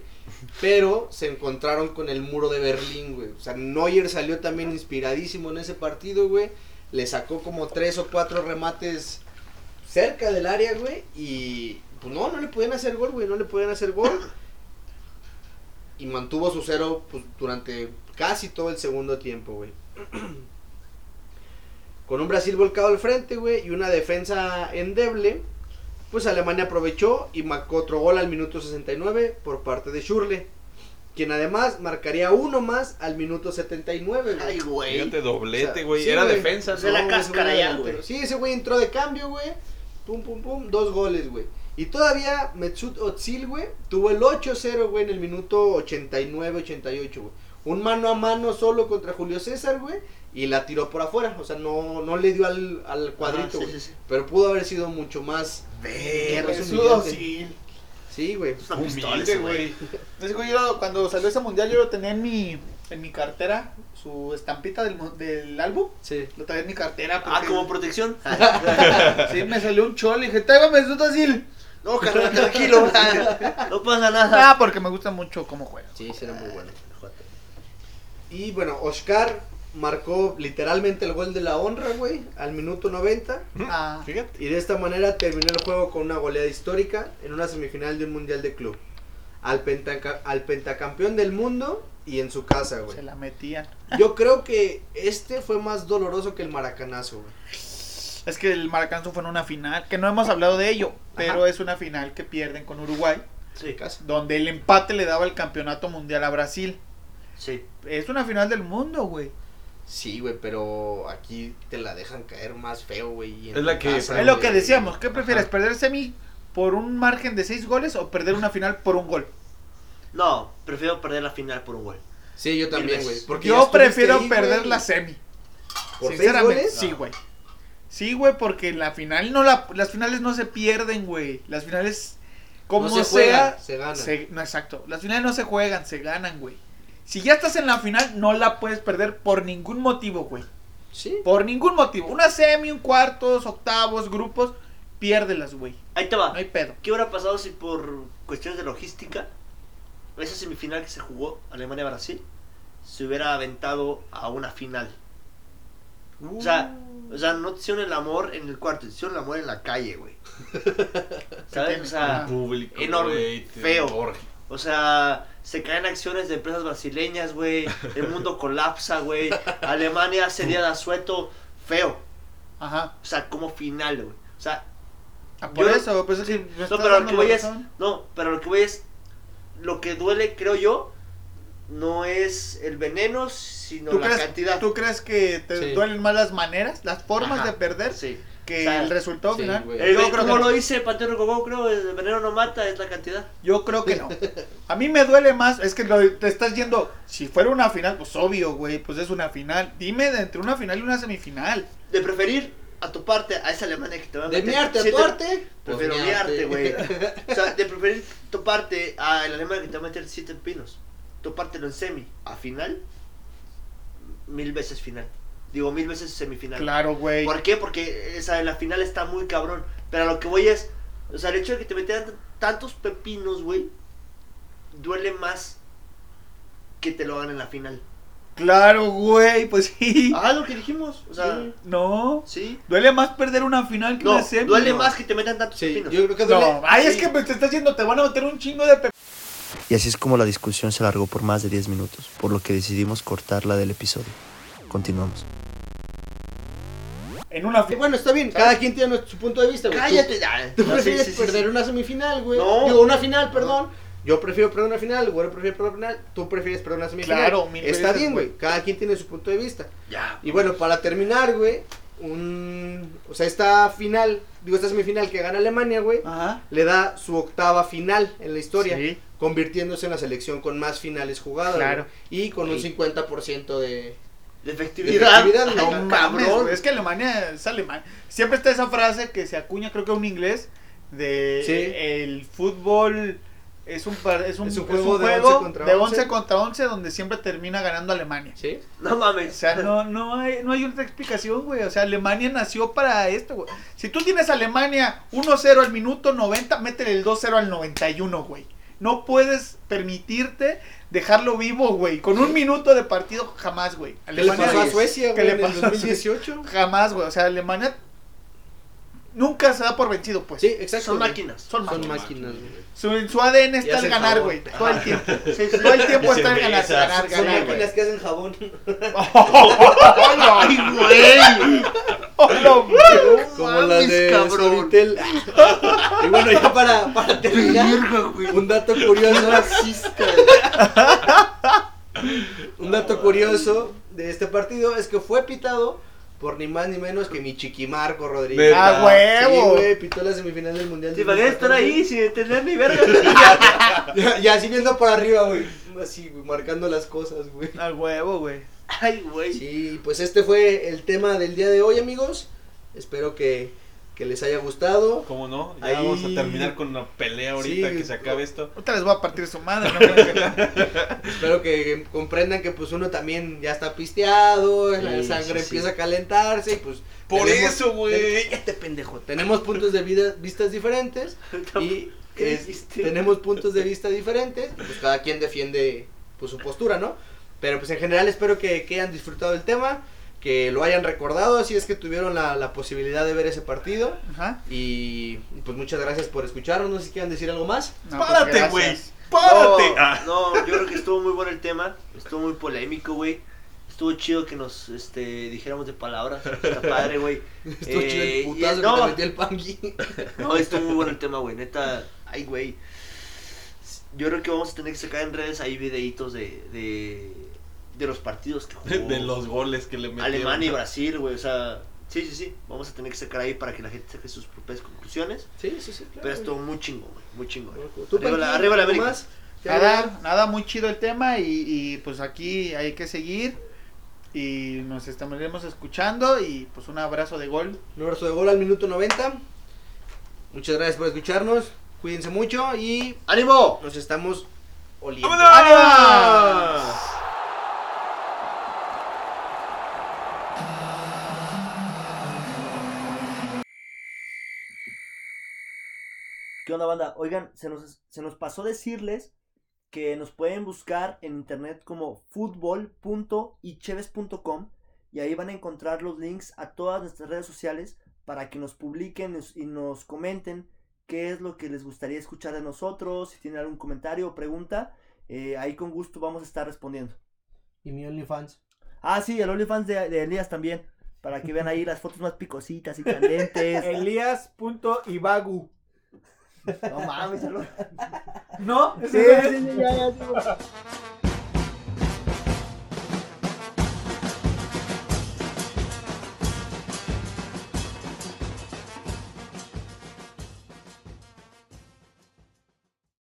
B: Pero se encontraron con el muro de Berlín, güey. O sea, Neuer salió también inspiradísimo en ese partido, güey. Le sacó como tres o cuatro remates cerca del área, güey. Y pues no, no le podían hacer gol, güey. No le podían hacer gol. Y mantuvo su cero pues, durante casi todo el segundo tiempo, güey con un Brasil volcado al frente, güey, y una defensa endeble, pues Alemania aprovechó y marcó otro gol al minuto 69 por parte de Schürrle, quien además marcaría uno más al minuto 79, güey.
D: Ay, güey.
E: Fíjate,
B: O
E: doblete,
B: sea,
E: güey.
B: sí,
E: Era
B: güey.
E: defensa,
D: O sea,
E: ¿no?
D: la cáscara
B: ese
D: ya,
B: delantero.
D: güey.
B: Sí, ese güey entró de cambio, güey. Pum, pum, pum, dos goles, güey. Y todavía Metsut Otsil, güey, tuvo el 8-0, güey, en el minuto 89-88, güey. Un mano a mano solo contra Julio César, güey, y la tiró por afuera. O sea, no, no le dio al, al cuadrito,
D: Ajá,
B: güey.
D: sí, sí, sí.
B: Pero pudo haber sido mucho más.
C: Verga,
B: Es
C: es
B: un
C: un
B: humillante.
C: dócil.
B: Sí, güey.
D: Es una pistola
E: Humilde,
D: ese, güey.
E: güey.
C: Entonces, güey, yo cuando salió ese mundial yo lo tenía en mi, en mi cartera, su estampita del, mu- del álbum.
B: Sí.
C: Lo traía en mi cartera.
D: Ah,
C: porque-
D: como protección.
C: Sí, me salió un cholo y dije, tráigame su dócil.
D: No, carnal, tranquilo. no pasa nada.
C: Ah, porque me gusta mucho cómo juega.
B: Sí, será muy bueno. Y bueno, Oscar marcó literalmente el gol de la honra, güey, al minuto 90.
C: Ah,
E: Fíjate.
B: Y de esta manera terminó el juego con una goleada histórica en una semifinal de un mundial de club. Al, pentaca- al pentacampeón del mundo y en su casa, güey.
C: se la metían.
B: Yo creo que este fue más doloroso que el maracanazo, güey.
C: Es que el Maracanzo fue en una final, que no hemos hablado de ello, pero es una final que pierden con Uruguay,
D: Sí,
B: Casi.
C: donde el empate le daba el campeonato mundial a Brasil.
D: sí.
C: Es una final del mundo, güey.
B: Sí, güey, pero aquí te la dejan caer más feo, güey. y en
E: Es
B: tu
E: la que-
B: casa,
C: Es lo
B: güey.
C: que decíamos, ¿qué prefieres,
B: Ajá.
C: perder semi por un margen de 6 goles o perder una final por un gol.
D: No, prefiero perder la final por un gol.
B: Sí, yo también,
D: veces.
B: güey. porque ya
C: Yo
B: estuviste
C: prefiero
B: ahí,
C: perder
B: güey.
C: la semi.
B: ¿Por seis
C: Sinceramente,
B: goles? Ah.
C: sí, güey. Sí, güey, porque la final no la, las finales no se pierden, güey. Las finales como
B: no se
C: sea,
B: juega, se gana.
C: se- no exacto. Las finales no se juegan, se ganan, güey. Si ya estás en la final no la puedes perder por ningún motivo, güey.
B: Sí.
C: Por ningún motivo. Una semi, un cuartos, octavos, grupos, piérdelas, güey.
D: Ahí te va.
C: No hay pedo.
D: ¿Qué hubiera pasado si por cuestiones de logística, esa semifinal que se jugó Alemania-Brasil, se hubiera aventado a una final? O sea, o sea, no te hicieron el amor en el cuarto, te hicieron el amor en la calle, güey. ¿Sabes? O sea,
E: Público,
D: Ah, Enorme,
E: güey, te-
D: feo.
E: orgia.
D: o sea, se caen acciones de empresas brasileñas, güey. El mundo colapsa, güey. Alemania sería de asueto feo.
C: Ajá.
D: O sea, como final, güey. O sea,
C: Ah, Por
D: Yo-
C: eso, pues es que me estás
D: No, pero lo
C: dando
D: que
C: la
D: voy es.
C: razón.
D: No, pero lo que voy es. Lo que duele, creo yo, no es el veneno, sino
C: ¿Tú
D: la
C: crees,
D: cantidad.
C: ¿Tú crees que te
B: Sí.
C: duelen más las maneras, las formas
D: Ajá,
C: de perder
D: Sí.
C: que
D: O sea,
C: el resultado
B: sí,
C: final?
B: güey.
D: El
C: Yo
D: Eh, güey,
C: creo,
D: como
C: que,
D: lo dice Panteón Rococó, creo, el veneno no mata, es la cantidad.
C: yo creo que no. A mí me duele más, es que lo- te estás yendo, si fuera una final, pues obvio, güey, pues es una final. Dime de entre una final y una semifinal.
D: De preferir a tu parte a esa Alemania que te va a
B: De
D: meter.
B: mi arte a
D: siete-
B: tu arte. pues
D: Prefiero
B: mi
D: mi arte,
B: arte.
D: güey. O sea, de preferir tu parte a la Alemania que te va a meter siete pinos. Tu parte en semi a final, mil veces final. Digo, mil veces semifinal.
C: Claro, güey.
D: ¿Por qué? Porque o sea, en la final está muy cabrón. Pero a lo que voy es, o sea, el hecho de que te metieran tantos pepinos, güey, duele más que te lo hagan en la final.
C: Claro, güey, pues sí.
D: Ah, lo que dijimos, o sea,
C: No.
D: sí.
C: Duele más perder una final que
D: No,
C: una semi.
D: duele
C: güey.
D: más que te metan tantos
B: Sí,
D: pepinos.
B: yo creo que duele.
C: No, ay, es
B: sí.
C: que pues, te estás yendo, te van a meter un chingo de pe...
G: Y así es como la discusión se alargó por más de 10 minutos, por lo que decidimos cortarla del episodio. Continuamos.
C: En una
B: Sí,
C: final.
B: Bueno, está bien, cada quien tiene su punto de vista, güey.
D: Cállate, ya.
B: Tú, tú
D: No, sí,
B: prefieres
D: sí, sí,
B: perder
D: sí.
B: una semifinal, güey.
D: No.
B: Digo, una final, perdón. Yo prefiero perder una final, güey, prefiero perder una final. Tú prefieres perder una semifinal.
C: Claro, mil
B: Está
C: veces,
B: bien,
C: güey.
B: güey. Cada quien tiene su punto de vista.
D: Ya.
B: Y bueno, para terminar, güey, un... O sea, esta final, digo, esta semifinal que gana Alemania, güey,
C: Ajá.
B: le da su octava final en la historia,
C: Sí.
B: convirtiéndose en la selección con más finales jugadas.
C: Claro.
B: güey, Y con un
D: Sí.
B: 50% de...
D: De efectividad.
B: De efectividad,
D: Ay,
B: no
C: No
D: cabrón.
C: mames, güey, es que Alemania es alemán. Siempre está esa frase que se acuña, creo que un inglés, de
B: Sí.
C: el fútbol es un, par- es un,
B: Es un
C: es
B: juego
C: un
B: de
C: juego
B: 11 contra
C: de
B: 11.
C: 11 contra 11 donde siempre termina ganando Alemania.
B: ¿Sí?
D: No
C: O
D: mames.
C: sea, no, no, hay, no hay otra explicación, güey. O sea, Alemania nació para esto, güey. Si tú tienes a Alemania 1-0 al minuto 90, métele el 2-0 al 91, güey. No puedes permitirte dejarlo vivo, güey. Con un minuto de partido, jamás, güey.
B: ¿Qué le pasó a
C: es-
B: Suecia,
C: ¿Qué
B: güey,
C: le
B: en el
C: pasó a Suecia?
B: 2018?
C: Jamás, güey. O sea, Alemania nunca se da por vencido, pues.
B: Sí, exacto.
D: Son
B: güey.
D: máquinas.
C: Son
B: Son
C: máquinas.
B: máquinas, güey.
C: Su, su ADN
B: Y
C: está el
B: hacen
C: ganar,
B: favor.
C: güey. Todo el tiempo.
D: Sí, sí.
C: Todo el tiempo
E: Y
C: está el ganar,
E: cervezas.
C: ganar,
F: Son
C: ganar, güey.
F: máquinas que hacen jabón.
D: Ay, güey.
C: Hola, güey.
B: Como
D: mames,
B: la de
D: cabrón.
B: Storytel. y bueno, ya para, para terminar,
D: Verga, güey.
B: un dato curioso.
D: Racista.
B: Un dato curioso de este partido es que fue pitado por ni más ni menos que mi chiquimarco Rodríguez.
E: Neta.
C: ¡A
B: Sí,
C: huevo!
B: güey, pitó la semifinal del Mundial.
D: Si valía estar ahí sin entender ni verga.
B: Y así viendo para arriba, güey. Así, güey, marcando las cosas, güey.
C: Al huevo, güey.
D: Ay, güey.
B: Sí, pues este fue el tema del día de hoy, amigos. Espero que, que les haya gustado.
E: ¿Cómo no? Ya
B: Ahí-
E: vamos a terminar con la pelea ahorita
B: Sí,
E: que se acabe esto.
C: Otra les voy a partir su madre. No me voy a quedar.
B: Espero que comprendan que pues uno también ya está pisteado, la
D: Sí,
B: sangre
D: sí, sí.
B: empieza a calentarse y pues...
E: Por
B: tenemos-
E: eso, güey.
B: Cállate, pendejo. Tenemos puntos de vida, vistas diferentes y
D: ¿Qué
B: es-
D: dijiste?
B: tenemos puntos de vista diferentes. y, Pues cada quien defiende pues su postura, ¿no? Pero pues en general espero que, que hayan disfrutado el tema, que lo hayan recordado si es que tuvieron la, la posibilidad de ver ese partido.
C: Ajá.
B: Y pues muchas gracias por escucharnos. No sé si quieran decir algo más.
C: No, pues,
E: Párate,
C: gracias.
E: güey. Párate.
D: No,
E: Ah.
D: no, yo creo que estuvo muy bueno el tema. Estuvo muy polémico, güey. Estuvo chido que nos este, dijéramos de palabras. Está padre, güey.
B: Estuvo
D: Eh,
B: chido el
D: y-
B: putazo que te
D: no,
B: metió el pangui.
D: no, estuvo muy bueno el tema, güey. Neta, ay, güey. Yo creo que vamos a tener que sacar en redes ahí videitos de, de, de los partidos que jugó
E: De los goles que le metieron.
D: Alemania y Brasil, güey. O sea,
H: Sí, sí, sí. Vamos a tener que sacar ahí para que la gente saque sus propias conclusiones.
B: Sí, sí, sí. claro,
H: Pero
B: güey.
H: estuvo muy chingón, güey. Muy chingón.
B: ¿Tú,
H: Arriba la-
B: Panchín,
H: arriba la
B: algo
H: América.
B: más? ¿Qué agregar?
C: Nada, nada, muy chido el tema y, y, pues aquí hay que seguir y nos estaremos escuchando y pues un abrazo de gol.
B: Un abrazo de gol al minuto 90. Muchas gracias por escucharnos. Cuídense mucho y
H: ¡Ánimo!
B: nos estamos oliendo.
C: ¡Arriba!
D: ¿Qué onda, banda? Oigan, se nos, se nos pasó decirles que nos pueden buscar en internet como futbol.icheves.com y ahí van a encontrar los links a todas nuestras redes sociales para que nos publiquen nos- y nos comenten qué es lo que les gustaría escuchar de nosotros, si tienen algún comentario o pregunta, eh, ahí con gusto vamos a estar respondiendo.
B: Y mi OnlyFans.
D: Ah, sí, el OnlyFans de, de Elías también, para que vean ahí las fotos más picositas y candentes.
I: Elías.ibagu.
D: no mames, saludos.
I: ¿No?
D: Sí, sí, sí, ya, ya, sí.